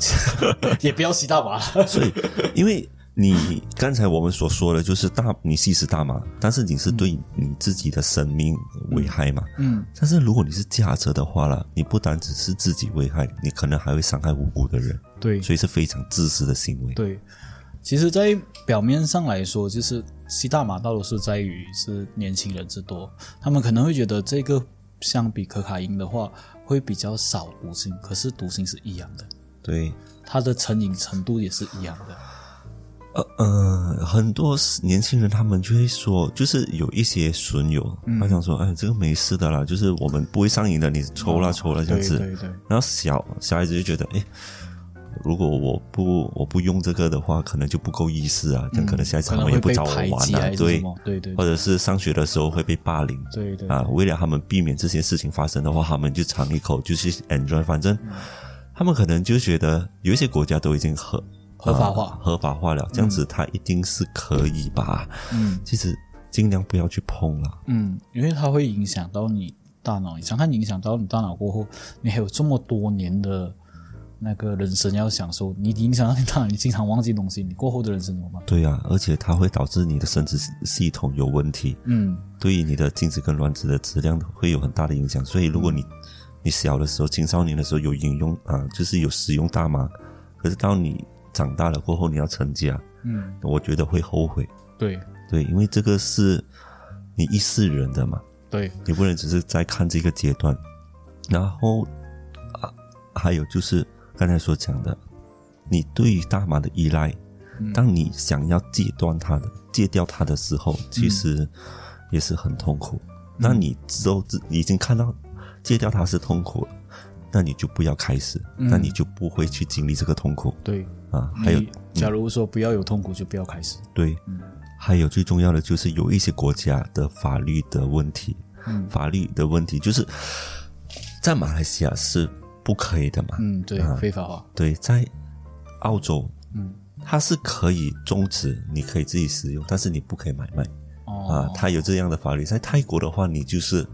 Speaker 1: 也不要吸大麻了。
Speaker 2: 所以，因为你刚才我们所说的就是大你吸食大麻，但是你是对你自己的生命危害嘛。
Speaker 1: 嗯
Speaker 2: 但是如果你是驾车的话啦，你不单只是自己危害，你可能还会伤害无辜的人，
Speaker 1: 对
Speaker 2: 所以是非常自私的行为。
Speaker 1: 对，其实，在表面上来说，就是吸大麻大多数在于是年轻人之多，他们可能会觉得这个相比可卡因的话会比较少毒性，可是毒性是一样的，
Speaker 2: 对，
Speaker 1: 它的成瘾程度也是一样的。
Speaker 2: 呃呃，很多年轻人他们就会说，就是有一些损友，
Speaker 1: 嗯
Speaker 2: 他想说，哎，这个没事的啦，就是我们不会上瘾的，你抽啦抽啦这样子。
Speaker 1: 哦对对对
Speaker 2: 然后小小孩子就觉得，哎，如果我不我不用这个的话，可能就不够意思啊，这样可能下一
Speaker 1: 嗯
Speaker 2: 次
Speaker 1: 可
Speaker 2: 他
Speaker 1: 能
Speaker 2: 们也
Speaker 1: 会
Speaker 2: 不
Speaker 1: 被
Speaker 2: 找我
Speaker 1: 排
Speaker 2: 玩
Speaker 1: 挤
Speaker 2: 啊
Speaker 1: 还，是
Speaker 2: 对
Speaker 1: 什，么？对对
Speaker 2: 或
Speaker 1: 对
Speaker 2: 者是上学的时候会被霸凌。
Speaker 1: 对对
Speaker 2: 啊
Speaker 1: 嗯
Speaker 2: 啊，为了他们避免这些事情发生的话，他们就尝一口，就是 enjoy，反正他们可能就觉得有一些国家都已经合
Speaker 1: 合法化
Speaker 2: 呃合法化了，这样子它一定是可以吧？
Speaker 1: 嗯
Speaker 2: 其实尽量不要去碰了。
Speaker 1: 嗯，因为它会影响到你大脑，你想看影响到你大脑过后，你还有这么多年的那个人生要享受，你影响到你大脑，你经常忘记东西，你过后的人生怎么办？
Speaker 2: 对啊，而且它会导致你的生殖系统有问题，
Speaker 1: 嗯，
Speaker 2: 对于你的精子跟卵子的质量会有很大的影响。所以，如果你你小的时候、青少年的时候有饮用啊，就是有使用大麻，可是到你长大了过后，你要成家，
Speaker 1: 嗯，
Speaker 2: 我觉得会后悔。
Speaker 1: 对
Speaker 2: 对，因为这个是你一世人的嘛，
Speaker 1: 对，
Speaker 2: 你不能只是在看这个阶段。然后啊，还有就是刚才所讲的，你对于大麻的依赖，当你想要戒断它的、戒掉它的时候，其实也是很痛苦。那你都知你已经看到戒掉它是痛苦了，那你就不要开始，那你就不会去经历这个痛苦
Speaker 1: 嗯对，
Speaker 2: 啊。还有
Speaker 1: 你假如说不要有痛苦，就不要开始。
Speaker 2: 对，还有最重要的就是有一些国家的法律的问题，
Speaker 1: 嗯
Speaker 2: 法律的问题就是在马来西亚是不可以的嘛，
Speaker 1: 嗯，对，非法化。
Speaker 2: 对，在澳洲，嗯，它是可以终止，你可以自己使用，但是你不可以买卖、啊
Speaker 1: 哦，，
Speaker 2: 它有这样的法律。在泰国的话，你就是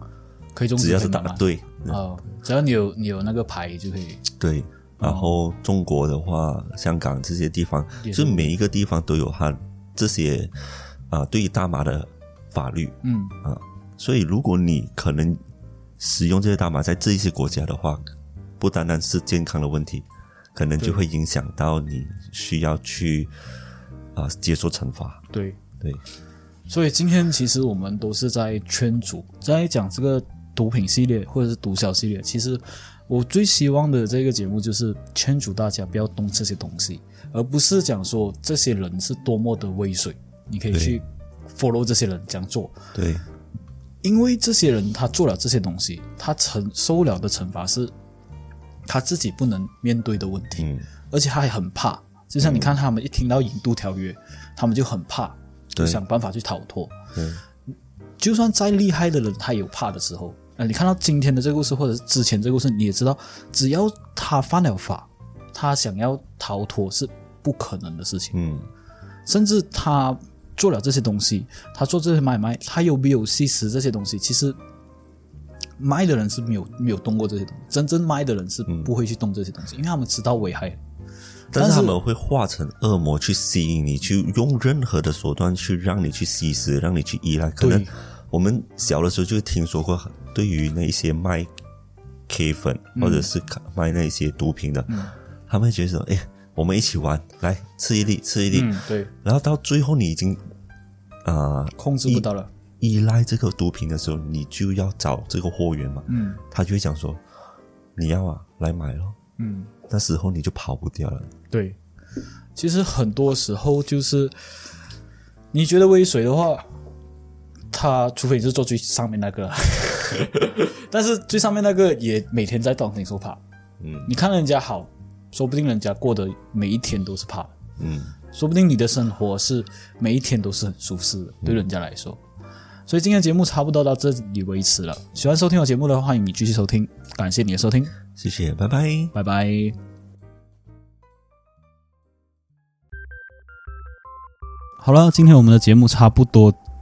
Speaker 1: 可以终止
Speaker 2: 只要是大
Speaker 1: 可以买卖
Speaker 2: 对
Speaker 1: 哦，只要你有你有那个牌就可以。
Speaker 2: 对。然后中国的话，香港这些地方，
Speaker 1: 也是
Speaker 2: 就每一个地方都有它这些啊、对于大麻的法律，
Speaker 1: 嗯
Speaker 2: 所以，如果你可能使用这些大麻在这一些国家的话，不单单是健康的问题，可能就会影响到你需要去啊、接受惩罚。，
Speaker 1: 对。
Speaker 2: 对，
Speaker 1: 所以今天其实我们都是在圈主，在讲这个毒品系列或者是毒枭系列。其实我最希望的这个节目就是圈主大家不要动这些东西，而不是讲说这些人是多么的威水，你可以
Speaker 2: 对
Speaker 1: 去 follow 这些人这样做。
Speaker 2: 对，
Speaker 1: 因为这些人他做了这些东西，他承受了的惩罚是他自己不能面对的问题，
Speaker 2: 嗯
Speaker 1: 而且他还很怕。就像你看，他们一听到引渡条约，他们就很怕，就
Speaker 2: 对
Speaker 1: 想办法去逃脱。
Speaker 2: 对，
Speaker 1: 就算再厉害的人，他有怕的时候。呃，你看到今天的这个故事，或者是之前这个故事，你也知道，只要他犯了法，他想要逃脱是不可能的事情。
Speaker 2: 嗯，
Speaker 1: 甚至他做了这些东西，他做这些买卖，他有没有吸食这些东西？其实卖的人是没有没有动过这些东西，真正卖的人是
Speaker 2: 嗯
Speaker 1: 不会去动这些东西，因为他们知道危害。但
Speaker 2: 但是
Speaker 1: 是
Speaker 2: 他们会化成恶魔去吸引你，去用任何的手段去让你去吸食，让你去依赖。可能
Speaker 1: 对
Speaker 2: 我们小的时候就听说过，对于那一些卖 K 粉或者是卖那些毒品的，
Speaker 1: 嗯
Speaker 2: 他们会觉得说：“哎，我们一起玩，来吃一粒，吃一粒。
Speaker 1: 嗯，对，
Speaker 2: 然后到最后你已经啊、呃
Speaker 1: 控制不到了。
Speaker 2: 依赖这个毒品的时候，你就要找这个货源嘛。
Speaker 1: 嗯
Speaker 2: 他就会讲说：“你要啊，来买咯。
Speaker 1: 嗯，”
Speaker 2: 那时候你就跑不掉了。
Speaker 1: 对。其实很多时候就是，你觉得威水的话，他除非你是做最上面那个，但是最上面那个也每天在当庭受怕。
Speaker 2: 嗯
Speaker 1: 你看人家好，说不定人家过的每一天都是怕的，
Speaker 2: 嗯。
Speaker 1: 说不定你的生活是每一天都是很舒适的，对人家来说。所以今天节目差不多到这里为止了。喜欢收听我节目的话，欢迎你继续收听，感谢你的收听，
Speaker 2: 谢谢，拜拜。
Speaker 1: 拜拜。好了，今天我们的节目差不多